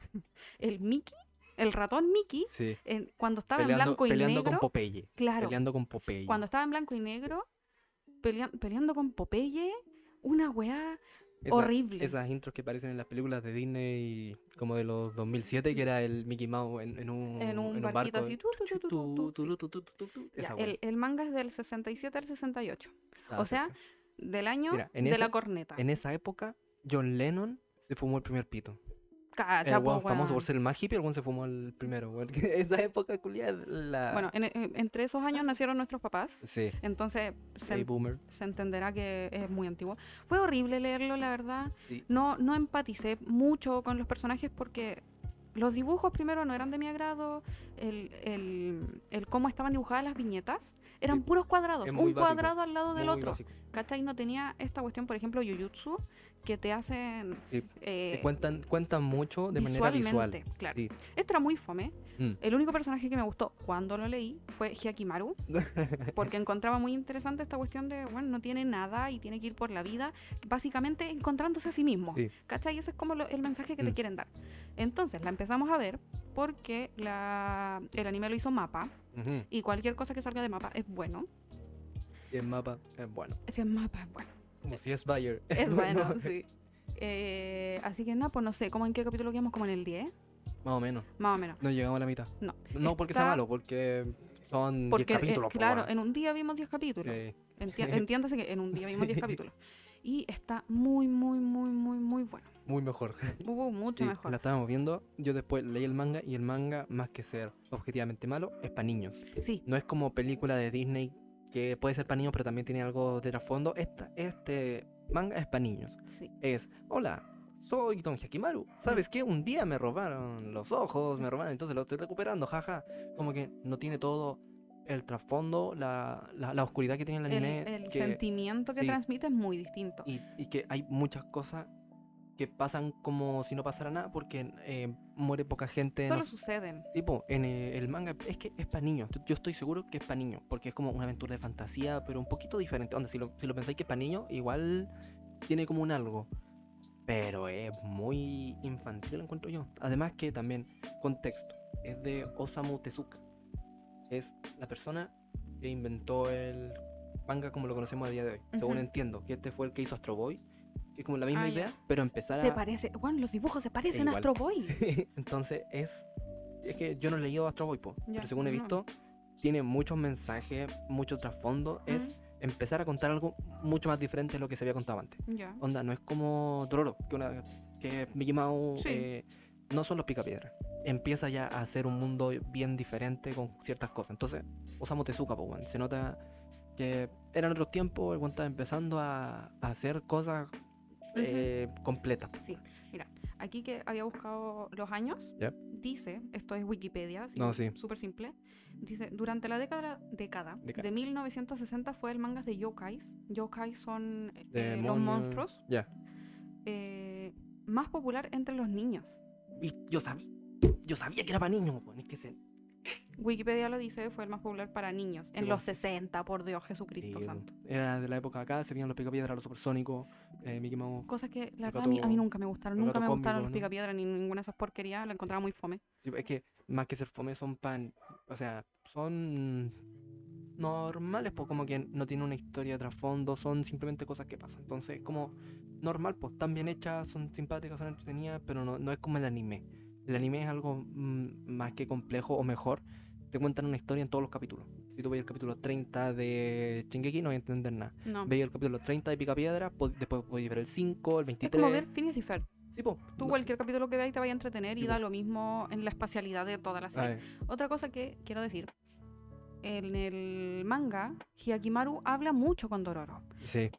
S2: <laughs> el Mickey el ratón Mickey,
S1: Sí.
S2: en- cuando estaba
S1: Peleando,
S2: en blanco y
S1: peleando
S2: negro,
S1: con Popeye.
S2: claro,
S1: Peleando con Popeye.
S2: cuando estaba en blanco y negro, pelea- peleando con Popeye, una weá
S1: Esa-
S2: horrible.
S1: Esas intros que parecen en las películas de Disney como de los 2007, que era el Mickey Mouse en, en un,
S2: en un
S1: barco.
S2: barquito así. tu, tu, tu,
S1: Tu,
S2: tu, tu, tu, sí.
S1: tu, tu, tu, tu, tu,
S2: Ya,
S1: esa wea.
S2: el, el manga es del 67 al 68,
S1: Estaba
S2: o sea,
S1: cerca.
S2: del año
S1: Mira, en
S2: de
S1: esa-
S2: la corneta.
S1: en esa época, John Lennon se fumó el primer pito.
S2: Cacha,
S1: el
S2: po,
S1: weón famoso por
S2: Ah, pues, weón.
S1: ser el más hippie, el weón se fumó el primero. weón. <laughs> Esa época culiada. La...
S2: Bueno, en- en- entre esos años nacieron nuestros papás,
S1: sí.
S2: entonces se,
S1: Hey, boomer.
S2: se entenderá que es muy antiguo. Fue horrible leerlo, la verdad.
S1: Sí.
S2: No, no empaticé mucho con los personajes porque los dibujos primero no eran de mi agrado, el, el- el cómo estaban dibujadas las viñetas, eran
S1: Sí.
S2: puros cuadrados,
S1: Es
S2: un
S1: muy básico,
S2: cuadrado al lado del
S1: Muy
S2: otro.
S1: básico.
S2: ¿Cachai? No tenía esta cuestión, por ejemplo, Jujutsu, que te hacen...
S1: Sí.
S2: eh,
S1: Te cuentan, cuentan mucho de manera visual.
S2: visualmente, claro.
S1: Sí.
S2: Esto era muy fome.
S1: Mm.
S2: El único personaje que me gustó cuando lo leí fue
S1: <laughs>
S2: Hyakimaru, porque encontraba muy interesante esta cuestión de, bueno, no tiene nada y tiene que ir por la vida, básicamente encontrándose a sí mismo.
S1: Sí.
S2: ¿Cachai? Ese es como lo- el mensaje que te
S1: Mm.
S2: quieren dar. Entonces, la empezamos a ver porque la, el anime lo hizo Mapa
S1: Ujú.
S2: y cualquier cosa que salga de Mapa es bueno.
S1: Y el mapa es bueno.
S2: Si es Mapa, es bueno.
S1: Como si es Bayer. <laughs>
S2: Es bueno, sí. Eh, así que nada, pues no sé, ¿cómo en qué capítulo quedamos? ¿Como en el 10?
S1: Más o menos.
S2: Más o menos.
S1: No llegamos a la mitad.
S2: No.
S1: No porque sea
S2: Está-
S1: malo, porque son 10
S2: Porque, eh,
S1: capítulos. po,
S2: claro,
S1: weón.
S2: en un día vimos 10 capítulos.
S1: Sí.
S2: Enti- entiéndase que en un día vimos 10
S1: Sí.
S2: capítulos. Y está muy, muy, muy, muy, muy bueno.
S1: Muy mejor.
S2: Hubo mucho
S1: Sí,
S2: mejor.
S1: La estábamos viendo. Yo después leí el manga y el manga, más que ser objetivamente malo, es para niños.
S2: Sí,
S1: No es como película de Disney que puede ser para niños, pero también tiene algo de trasfondo. Esta, este manga es para niños.
S2: sí.
S1: Es, hola, soy Don Hakimaru. ¿Sabes qué? Un día me robaron los ojos, me robaron, entonces lo estoy recuperando, jaja. Como que no tiene todo el trasfondo, la, la- la oscuridad que tiene el
S2: El,
S1: anime.
S2: el
S1: que-
S2: sentimiento que
S1: sí.
S2: transmite es muy distinto.
S1: y, y que hay muchas cosas que pasan como si no pasara nada porque eh, muere poca gente. no
S2: Solo
S1: sé.
S2: suceden.
S1: Tipo, en eh, el manga es que es para niños. Yo estoy seguro que es para niños. Porque es como una aventura de fantasía, pero un poquito diferente. Onda, si lo, si lo pensáis que es para niños, igual tiene como un algo. Pero es muy infantil, lo encuentro yo. Además que también, contexto. Es de Osamu Tezuka. Es la persona que inventó el manga como lo conocemos a día de hoy. Según
S2: Ujú.
S1: entiendo, que este fue el que hizo Astro Boy. Que es como la misma
S2: Ah, ya.
S1: idea, pero empezar
S2: Se
S1: a...
S2: parece. Bueno, los dibujos se parecen a
S1: igual.
S2: Astro Boy.
S1: Sí, <laughs> entonces es. Es que yo no he leído Astro Boy, po,
S2: Ya,
S1: pero según he
S2: no.
S1: visto, tiene muchos mensajes, mucho trasfondo. Es empezar a contar algo mucho más diferente de lo que se había contado antes.
S2: Mm, ya.
S1: Onda, no es como Dororo, que, una, que Mickey Mouse
S2: Sí.
S1: eh, no son los picapiedras. Empieza ya a hacer un mundo bien diferente con ciertas cosas. Entonces, Osamu Tezuka, po, weón, Se nota que eran otros tiempos, el weón estaba empezando a, a hacer cosas
S2: Ujú.
S1: eh, completas.
S2: Aquí que había buscado los años,
S1: Ya.
S2: dice, esto es Wikipedia, así
S1: No,
S2: que
S1: sí.
S2: súper simple, dice, durante la década, década
S1: Década.
S2: de 1960 fue el manga de yokais. Yokais son eh, los
S1: Demonios.
S2: monstruos
S1: Ya.
S2: eh, más popular entre los niños.
S1: Y yo sabía, yo sabía que era para niños, weón, es que se-
S2: Wikipedia lo dice, fue el más popular para niños en
S1: Sí,
S2: los
S1: po.
S2: 60, por Dios Jesucristo
S1: Sí,
S2: Santo.
S1: Era de la época acá, se veían los picapiedras, los supersónicos, eh, Mickey Mouse.
S2: Cosas que la
S1: El
S2: verdad a mí, a mí
S1: gato-
S2: nunca me gustaron,
S1: el
S2: nunca
S1: gato
S2: me gustaron
S1: cósmico,
S2: los
S1: ¿no?
S2: picapiedras ni ninguna de esas porquerías, la encontraba muy fome.
S1: Sí, es que más que ser fome son pan, o sea, son normales, pues como que no tienen una historia de trasfondo, son simplemente cosas que pasan. Entonces, como normal, pues están bien hechas, son simpáticas, son entretenidas, pero no, no es como el anime. El anime es algo mm, más que complejo o mejor. Te cuentan una historia en todos los capítulos. Si tú veis el capítulo 30 de Shingeki no vas a entender nada.
S2: No.
S1: Veía el capítulo 30 de Picapiedra, po- después podía ver el 5, el
S2: Es
S1: 23.
S2: como ver Phineas y Ferb.
S1: Sí, po,
S2: Tú
S1: no-
S2: cualquier capítulo que veas te vaya a entretener
S1: Sí,
S2: y
S1: po.
S2: da lo mismo en la espacialidad de toda la
S1: Ah,
S2: serie. Otra cosa que quiero decir. En el manga, Hyakimaru habla mucho con Dororo.
S1: eh, Sí.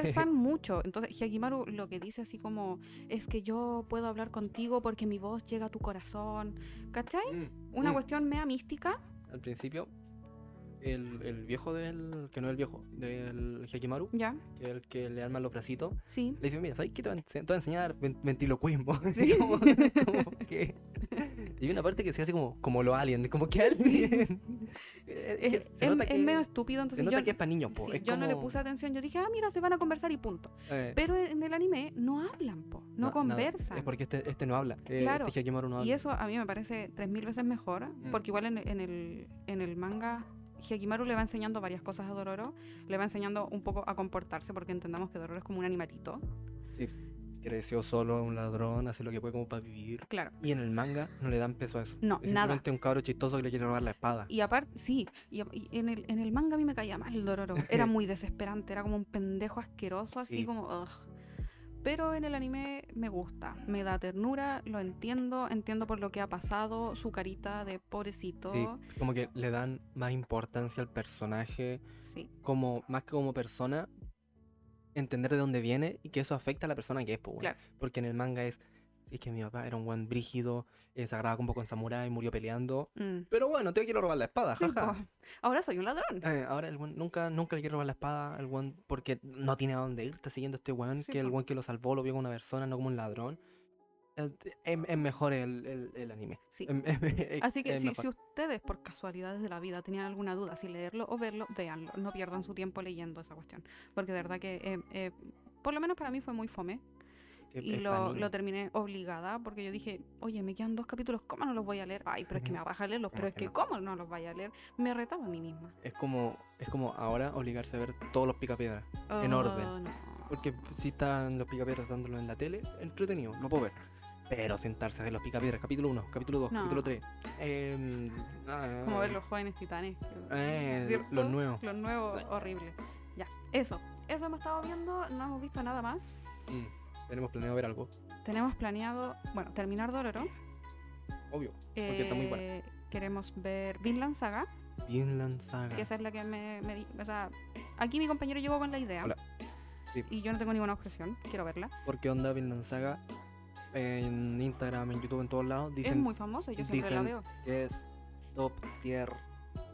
S1: <laughs>
S2: Conversan mucho. Entonces, Hyakimaru lo que dice así como es que yo puedo hablar contigo porque mi voz llega a tu corazón. ¿Cachai? Una
S1: Mm.
S2: cuestión mea mística.
S1: Al principio, el, el viejo del. que no es el viejo, del Hekimaru,
S2: Ya,
S1: que es el que le arma los bracitos,
S2: sí.
S1: le dice: Mira, ¿sabes qué te voy a ense- te voy a enseñar? ven- Ventriloquismo. <laughs>
S2: Sí.
S1: Así como, <laughs> como que- Y hay una parte que se hace como, como los aliens, como que alguien. que
S2: es,
S1: se
S2: es-
S1: nota
S2: es
S1: que-
S2: medio
S1: Se
S2: estúpido, entonces
S1: nota
S2: yo,
S1: que es para niños, po.
S2: sí,
S1: es
S2: yo no le
S1: como,
S2: puse atención, yo dije, ah, mira, se van a conversar y punto.
S1: eh,
S2: Pero en el anime no hablan, po, no, conversan.
S1: es porque este, este no habla. Eh,
S2: Claro,
S1: Este Hyakimaru no Mm. habla.
S2: Y eso a mí me parece 3.000 veces mejor, porque igual en, en el, en el manga Hyakimaru le va enseñando varias cosas a Dororo, le va enseñando un poco a comportarse, porque entendamos que Dororo es como un animalito.
S1: Creció solo, un ladrón, hace lo que puede como para vivir.
S2: Claro.
S1: Y en el manga no le dan peso a eso.
S2: No,
S1: Es
S2: nada.
S1: simplemente un cabro chistoso que le quiere robar la espada.
S2: Y aparte, sí, y, a- y en, el, en el manga a mí me caía mal
S1: <laughs>
S2: el Dororo. Era muy desesperante, era como un pendejo asqueroso, así
S1: Sí.
S2: como... "Ugh". Pero en el anime me gusta, me da ternura, lo entiendo, entiendo por lo que ha pasado, su carita de pobrecito.
S1: Sí, como que le dan más importancia al personaje,
S2: Sí,
S1: como más que como persona, entender de dónde viene y que eso afecta a la persona que es, po, weón.
S2: Claro.
S1: Porque en el manga es, es que mi papá era un buen brígido, eh, se agarraba combo con samurái, murió peleando.
S2: Mm.
S1: Pero bueno, te quiero robar la espada,
S2: Sí,
S1: Ah,
S2: pues.
S1: jaja.
S2: po. Ahora soy un ladrón.
S1: Eh, ahora el weón nunca, nunca le quiere robar la espada al weón porque no tiene a dónde ir, está siguiendo a este weón,
S2: Sí,
S1: que el
S2: po.
S1: weón que lo salvó lo vio como una persona, no como un ladrón. Eh, Es, es mejor el, el- el anime.
S2: Sí.
S1: Em- <laughs> em- es-
S2: Así que
S1: es
S2: si,
S1: mejor.
S2: si ustedes por casualidades de la vida tenían alguna duda si leerlo o verlo, véanlo. No pierdan su tiempo leyendo esa cuestión. Porque de verdad que, eh, eh, por lo menos para mí fue muy fome.
S1: Es-
S2: y
S1: Em, es
S2: lo,
S1: panini.
S2: lo terminé obligada porque yo dije, oye, me quedan dos capítulos, ¿cómo no los voy a leer? Ay, pero es que me va a leerlos,
S1: ¿Cómo
S2: pero es
S1: que
S2: que
S1: no?
S2: ¿cómo no los vaya a leer? Me retaba a mí misma.
S1: Es como, es como ahora obligarse a ver todos los picapiedras. En orden.
S2: Oh, no.
S1: Porque si están los picapiedras dándolos en la tele, entretenido, lo puedo ver. Pero sentarse a ver los picapiedras, capítulo 1, capítulo 2,
S2: No.
S1: capítulo em, 3.
S2: Como ver los jóvenes titanes. que- ¿cierto?
S1: eh, los nuevos.
S2: Los nuevos,
S1: Ay.
S2: horrible. Ya, eso. Eso hemos estado viendo, no hemos visto nada más.
S1: Mm. Tenemos planeado ver algo,
S2: Tenemos planeado, bueno, terminar Dororo.
S1: obvio. Porque está muy buena.
S2: Eh, Queremos ver Vinland Saga,
S1: Vinland Saga.
S2: que esa es la que me, me di- O sea, aquí mi compañero llegó con la idea.
S1: Hola. Sí.
S2: Y yo no tengo ninguna objeción, quiero verla.
S1: Porque onda Vinland Saga en Instagram, en YouTube, en todos lados, dicen
S2: es muy famosa, yo siempre la
S1: dicen-
S2: veo.
S1: que es top tier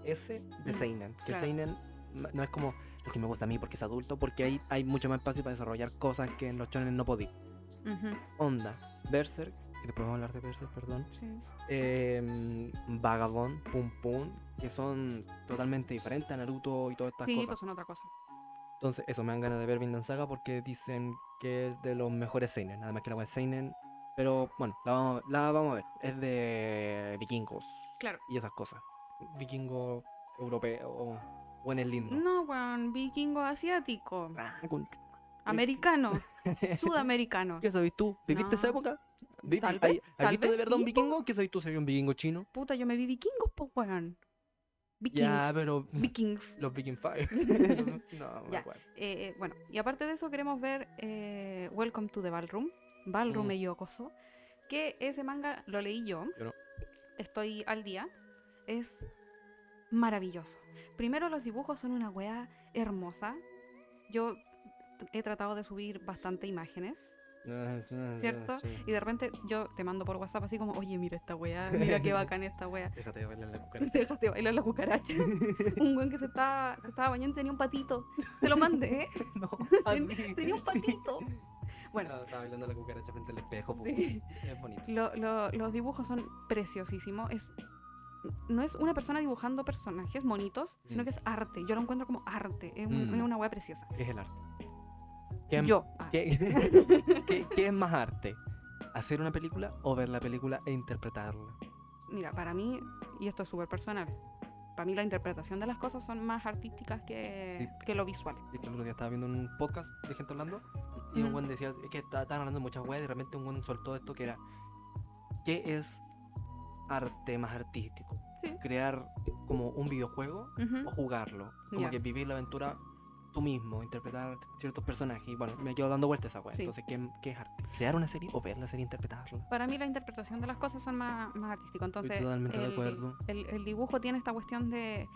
S1: S de
S2: Mm,
S1: Seinen. Que
S2: claro.
S1: Seinen ma- no es como lo que me gusta a mí porque es adulto, porque hay, hay mucho más espacio para desarrollar cosas que en los shonen no podí.
S2: Ujú,
S1: Onda, Berserk, que después vamos a hablar de Berserk, perdón.
S2: sí.
S1: Eh, Vagabond, Pum Pum, que son totalmente diferentes a Naruto y todas estas
S2: Sí, pues
S1: cosas.
S2: son otra cosa.
S1: Entonces, eso me dan ganas de ver Vinland Saga porque dicen que es de los mejores Seinen. Nada más que la web Seinen. Pero bueno, la vamos, la vamos a ver. Es de vikingos
S2: Claro.
S1: y esas cosas. Vikingo europeo o buen es lindo.
S2: No, weón, vikingo asiático,
S1: Ah, con-
S2: americano, <laughs>
S1: <laughs>
S2: sudamericano.
S1: ¿Qué sabes tú? ¿Viviste esa
S2: No.
S1: época? ¿Vi-
S2: Tal
S1: ¿Hay-
S2: vez-
S1: ¿Has
S2: tal
S1: visto de
S2: vez
S1: verdad un
S2: sí, po.
S1: vikingo? ¿Qué sabes tú? ¿Soy un vikingo chino?
S2: Puta, yo me vi vikingos, pues, weón. Vikings.
S1: Ya, pero
S2: Vikings.
S1: <laughs> los Viking
S2: <laughs>
S1: Five. no,
S2: Ya.
S1: me acuerdo.
S2: Eh, bueno, y aparte de eso queremos ver eh, Welcome to the Ballroom, Ballroom
S1: Mm.
S2: e Yokoso, que ese manga lo leí yo,
S1: Yo no.
S2: estoy al día, es maravilloso. Primero los dibujos son una wea hermosa, yo t- he tratado de subir bastante imágenes. ¿Cierto?
S1: Sí.
S2: Y de repente yo te mando por WhatsApp así como, oye, mira esta wea, mira qué bacán esta wea.
S1: Déjate de bailar la
S2: <laughs>
S1: cucaracha.
S2: Déjate bailar la cucaracha. <laughs> un weón que se estaba, se estaba bañando y tenía un patito. Te lo mandé, ¿eh?
S1: <laughs> no,
S2: Ten-
S1: así.
S2: tenía un
S1: Sí.
S2: patito. Bueno,
S1: Ah, estaba bailando la cucaracha frente al espejo. po.
S2: sí.
S1: Es bonito.
S2: Lo- lo- los dibujos son preciosísimos. Es, no es una persona dibujando personajes bonitos, sino
S1: Mm.
S2: que es arte. Yo lo encuentro como arte. Es, un-
S1: Mm.
S2: es una wea preciosa.
S1: ¿Qué es el arte? ¿Qué-
S2: Yo. ah,
S1: ¿Qué, qué- <laughs> qué es más arte? ¿Hacer una película o ver la película e interpretarla?
S2: mira, para mí, y esto es súper personal, para mí la interpretación de las cosas son más artísticas que,
S1: Sí.
S2: que lo visual.
S1: Y que el otro día estaba viendo un podcast de gente hablando y un
S2: Ujú.
S1: buen decía es que está- estaban hablando de muchas weas y de repente un buen soltó esto que era ¿qué es arte más artístico?
S2: Sí.
S1: ¿Crear como un videojuego
S2: Ujú.
S1: o jugarlo? Como
S2: Ya.
S1: que vivir la aventura tú mismo, interpretar ciertos personajes y bueno, me quedo dando vueltas a esa wea.
S2: Sí.
S1: Entonces, ¿qué, qué es arte? ¿Crear una serie o ver la serie e interpretarla?
S2: Para mí la interpretación de las cosas son más, más artísticas. Entonces,
S1: totalmente de
S2: el-
S1: acuerdo.
S2: el- el dibujo tiene esta cuestión de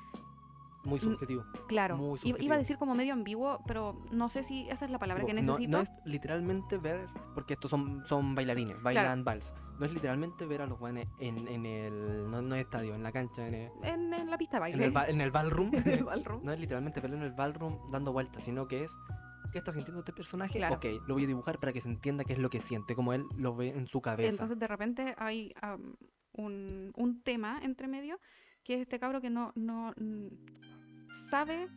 S2: Mm,
S1: Muy subjetivo.
S2: Claro,
S1: Muy
S2: i-
S1: subjetivo.
S2: iba a decir como medio ambiguo, pero no sé si esa es la palabra que
S1: Tipo, no-
S2: necesito.
S1: No, es literalmente ver, porque estos son, son bailarines, bailan vals. No es literalmente ver a los guanes en, en el. No, no es estadio, en la cancha, en el,
S2: en, en la pista de
S1: en
S2: baile.
S1: el, ba- <laughs> en el ballroom.
S2: <laughs> En el
S1: <laughs>
S2: ballroom.
S1: no es literalmente verlo en el ballroom dando vueltas, sino que es. ¿Qué está sintiendo este personaje?
S2: Claro.
S1: Ok, lo voy a dibujar para que se entienda qué es lo que siente, como él lo ve en su cabeza.
S2: Entonces de repente hay am, un, un tema entre medio que es este cabro que no, no mm, sabe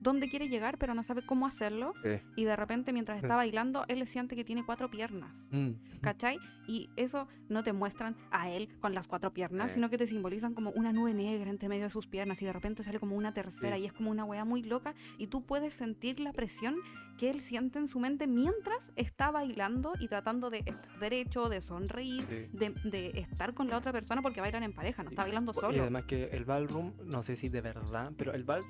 S2: dónde quiere llegar, pero no sabe cómo hacerlo.
S1: Sí.
S2: Y de repente, mientras está bailando, él le siente que tiene cuatro piernas.
S1: Mm.
S2: ¿Cachai? Y eso no te muestran a él con las cuatro piernas,
S1: Eh.
S2: sino que te simbolizan como una nube negra entre medio de sus piernas y de repente sale como una tercera
S1: Sí.
S2: y es como una wea muy loca y tú puedes sentir la presión que él siente en su mente mientras está bailando y tratando de estar derecho, de sonreír,
S1: Sí.
S2: de, de estar con la otra persona porque bailan en pareja, no está bailando
S1: Y
S2: solo.
S1: además que el ballroom, no sé si de verdad, pero el vals,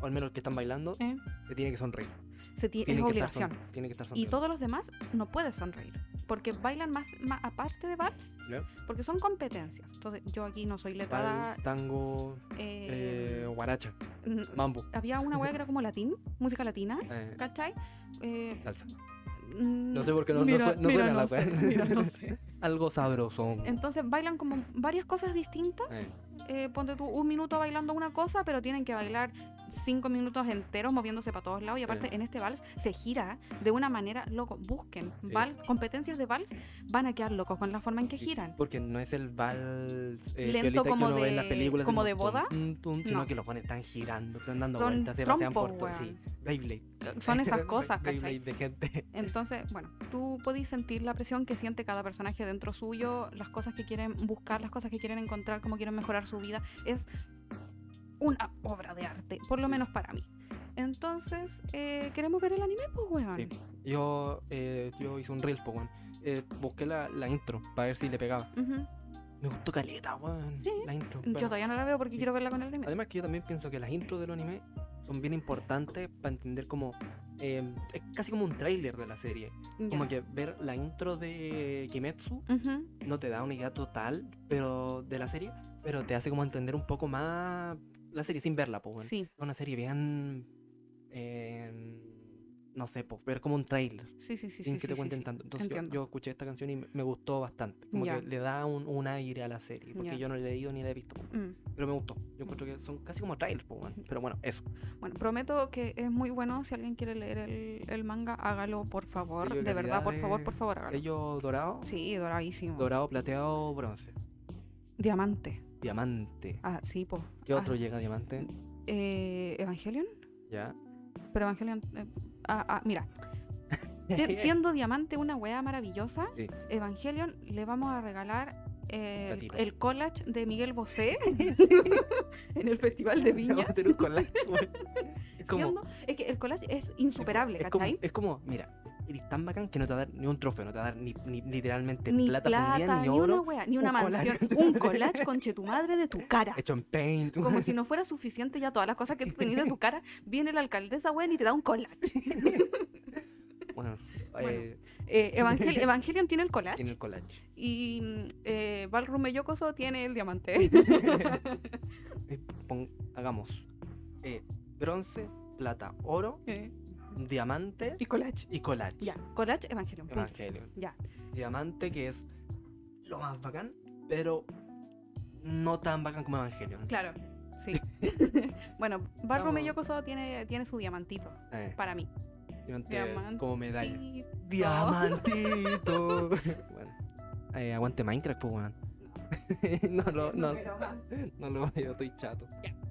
S1: o al menos el que están bailando,
S2: Eh,
S1: se tiene que sonreír.
S2: se ti- es
S1: Tienen que estar
S2: obligación.
S1: sonri- tienen que estar
S2: Y
S1: sonriendo.
S2: todos los demás no pueden sonreír. Porque bailan más, más aparte de vals.
S1: Ya.
S2: Porque son competencias. Entonces, yo aquí no soy letrada.
S1: Vals, tango,
S2: eh,
S1: eh, guaracha,
S2: n-
S1: mambo,
S2: había una wea que era como latín,
S1: <laughs>
S2: música latina,
S1: eh,
S2: ¿cachai? Eh,
S1: salsa.
S2: no
S1: sé por qué no- no sue- no suena la
S2: sé,
S1: wea.
S2: mira,
S1: <laughs>
S2: no sé.
S1: Algo sabroso.
S2: Entonces bailan como varias cosas distintas.
S1: Eh,
S2: eh, ponte tú un minuto bailando una cosa, pero tienen que bailar cinco minutos enteros moviéndose para todos lados. Y aparte,
S1: Sí.
S2: en este vals se gira de una manera, loco, busquen.
S1: Sí.
S2: Vals, competencias de vals van a quedar locos con la forma en que
S1: Sí, <laughs>
S2: giran.
S1: Porque no es el vals eh,
S2: Lento
S1: violita
S2: como
S1: que uno ve en las
S2: de-
S1: películas.
S2: como
S1: así
S2: de boda.
S1: tum, tum, sino
S2: No.
S1: que los ponen están girando, están dando
S2: Son
S1: vueltas, se pasean
S2: trompos,
S1: por todo. Sí, Beyblade.
S2: Son esas cosas,
S1: <laughs> Beyblade
S2: ¿cachai?
S1: de gente. <laughs>
S2: Entonces, bueno, tú podéis sentir la presión que siente cada personaje dentro suyo, las cosas que quieren buscar, las cosas que quieren encontrar, cómo quieren mejorar su vida. Es una obra de arte, por lo menos para mí. Entonces, eh, queremos ver el anime, pues, weón.
S1: Sí. Yo, eh, yo hice un reel, po, weón. Eh, busqué la, la intro para ver si le pegaba.
S2: Ujú.
S1: Me gustó caleta, weón.
S2: Sí.
S1: La intro.
S2: Yo
S1: pero-
S2: todavía no la veo porque
S1: Sí.
S2: quiero verla con el anime.
S1: Además que yo también pienso que las intros de los animes son bien importantes para entender como... eh, es casi como un tráiler de la serie.
S2: Ya.
S1: Como que ver la intro de Kimetsu
S2: Ujú.
S1: no te da una idea total pero de la serie, pero te hace como entender un poco más la serie sin verla, pues bueno.
S2: Sí,
S1: Es una serie bien... eh, no sé, pues ver como un tráiler
S2: sí, sí, sí.
S1: sin
S2: sí,
S1: que
S2: sí,
S1: te
S2: sí,
S1: cuenten
S2: sí.
S1: tanto. Entonces yo,
S2: Entiendo.
S1: yo escuché esta canción y me, me gustó bastante. Como
S2: Ya.
S1: que le da un, un aire a la serie, porque
S2: Ya.
S1: yo no la he leído ni la he visto.
S2: Mm.
S1: Pero me gustó. Yo encuentro que son casi como trailers, po, weón. pero bueno, eso.
S2: Bueno, prometo que es muy bueno. Si alguien quiere leer el, el manga, hágalo, por favor.
S1: Sello
S2: de verdad, por
S1: calidad,
S2: favor,
S1: eh,
S2: por favor, hágalo.
S1: Sello dorado,
S2: Sí, doradísimo.
S1: dorado, plateado, bronce.
S2: Diamante.
S1: Diamante.
S2: Ah, sí, po.
S1: ¿Qué
S2: Ah,
S1: otro llega a diamante?
S2: eh, ¿Evangelion?
S1: Ya.
S2: Pero Evangelion. eh, ah, ah,
S1: <laughs>
S2: mira. Si- Siendo diamante una wea maravillosa,
S1: Sí.
S2: Evangelion le vamos a regalar eh, el,
S1: Platino.
S2: el collage de
S1: <laughs>
S2: Miguel Bosé <laughs> en el Festival de
S1: Vamos
S2: Viña.
S1: a tener un collage, weón. Es como,
S2: Siendo- es que el collage es insuperable,
S1: es, como,
S2: ¿cachai?
S1: es como, mira, eres tan bacán que no te va a dar ni un trofeo, no te va a dar ni, ni- literalmente
S2: Ni
S1: plata,
S2: plata,
S1: fundida, ni
S2: ni una
S1: oro,
S2: wea, ni una
S1: un collage.
S2: mansión, un
S1: <laughs>
S2: collage conche tu madre de tu cara.
S1: hecho en paint.
S2: Como si no fuera suficiente ya todas las cosas que tú tenías de tu cara, viene la alcaldesa, weón, y te da un collage.
S1: Bueno,
S2: <laughs> Bueno.
S1: eh,
S2: Eh,
S1: <laughs>
S2: Evangel- Evangelion tiene el collage
S1: tiene el collage.
S2: <laughs>
S1: <laughs>
S2: y mm, eh, Ballroom Mellocoso tiene el diamante.
S1: Eh, pon- hagamos eh, bronce, plata, oro,
S2: Eh,
S1: diamante
S2: <laughs> y collage.
S1: y collage.
S2: Ya, collage Evangelion. punto.
S1: Evangelion.
S2: Ya.
S1: Diamante, que es lo más bacán, pero no tan bacán como Evangelion.
S2: Claro,
S1: <laughs>
S2: sí. <laughs> bueno, Ballroom
S1: Vamos.
S2: Mellocoso tiene, tiene su diamantito
S1: Eh,
S2: para mí.
S1: diamante
S2: diamante.
S1: como
S2: <laughs>
S1: medalla.
S2: Y-
S1: Diamantito. <laughs> bueno, eh, aguante Minecraft, pues, weón. <laughs> no, lo- no,
S2: pero,
S1: no lo veo, estoy chato.
S2: Ya.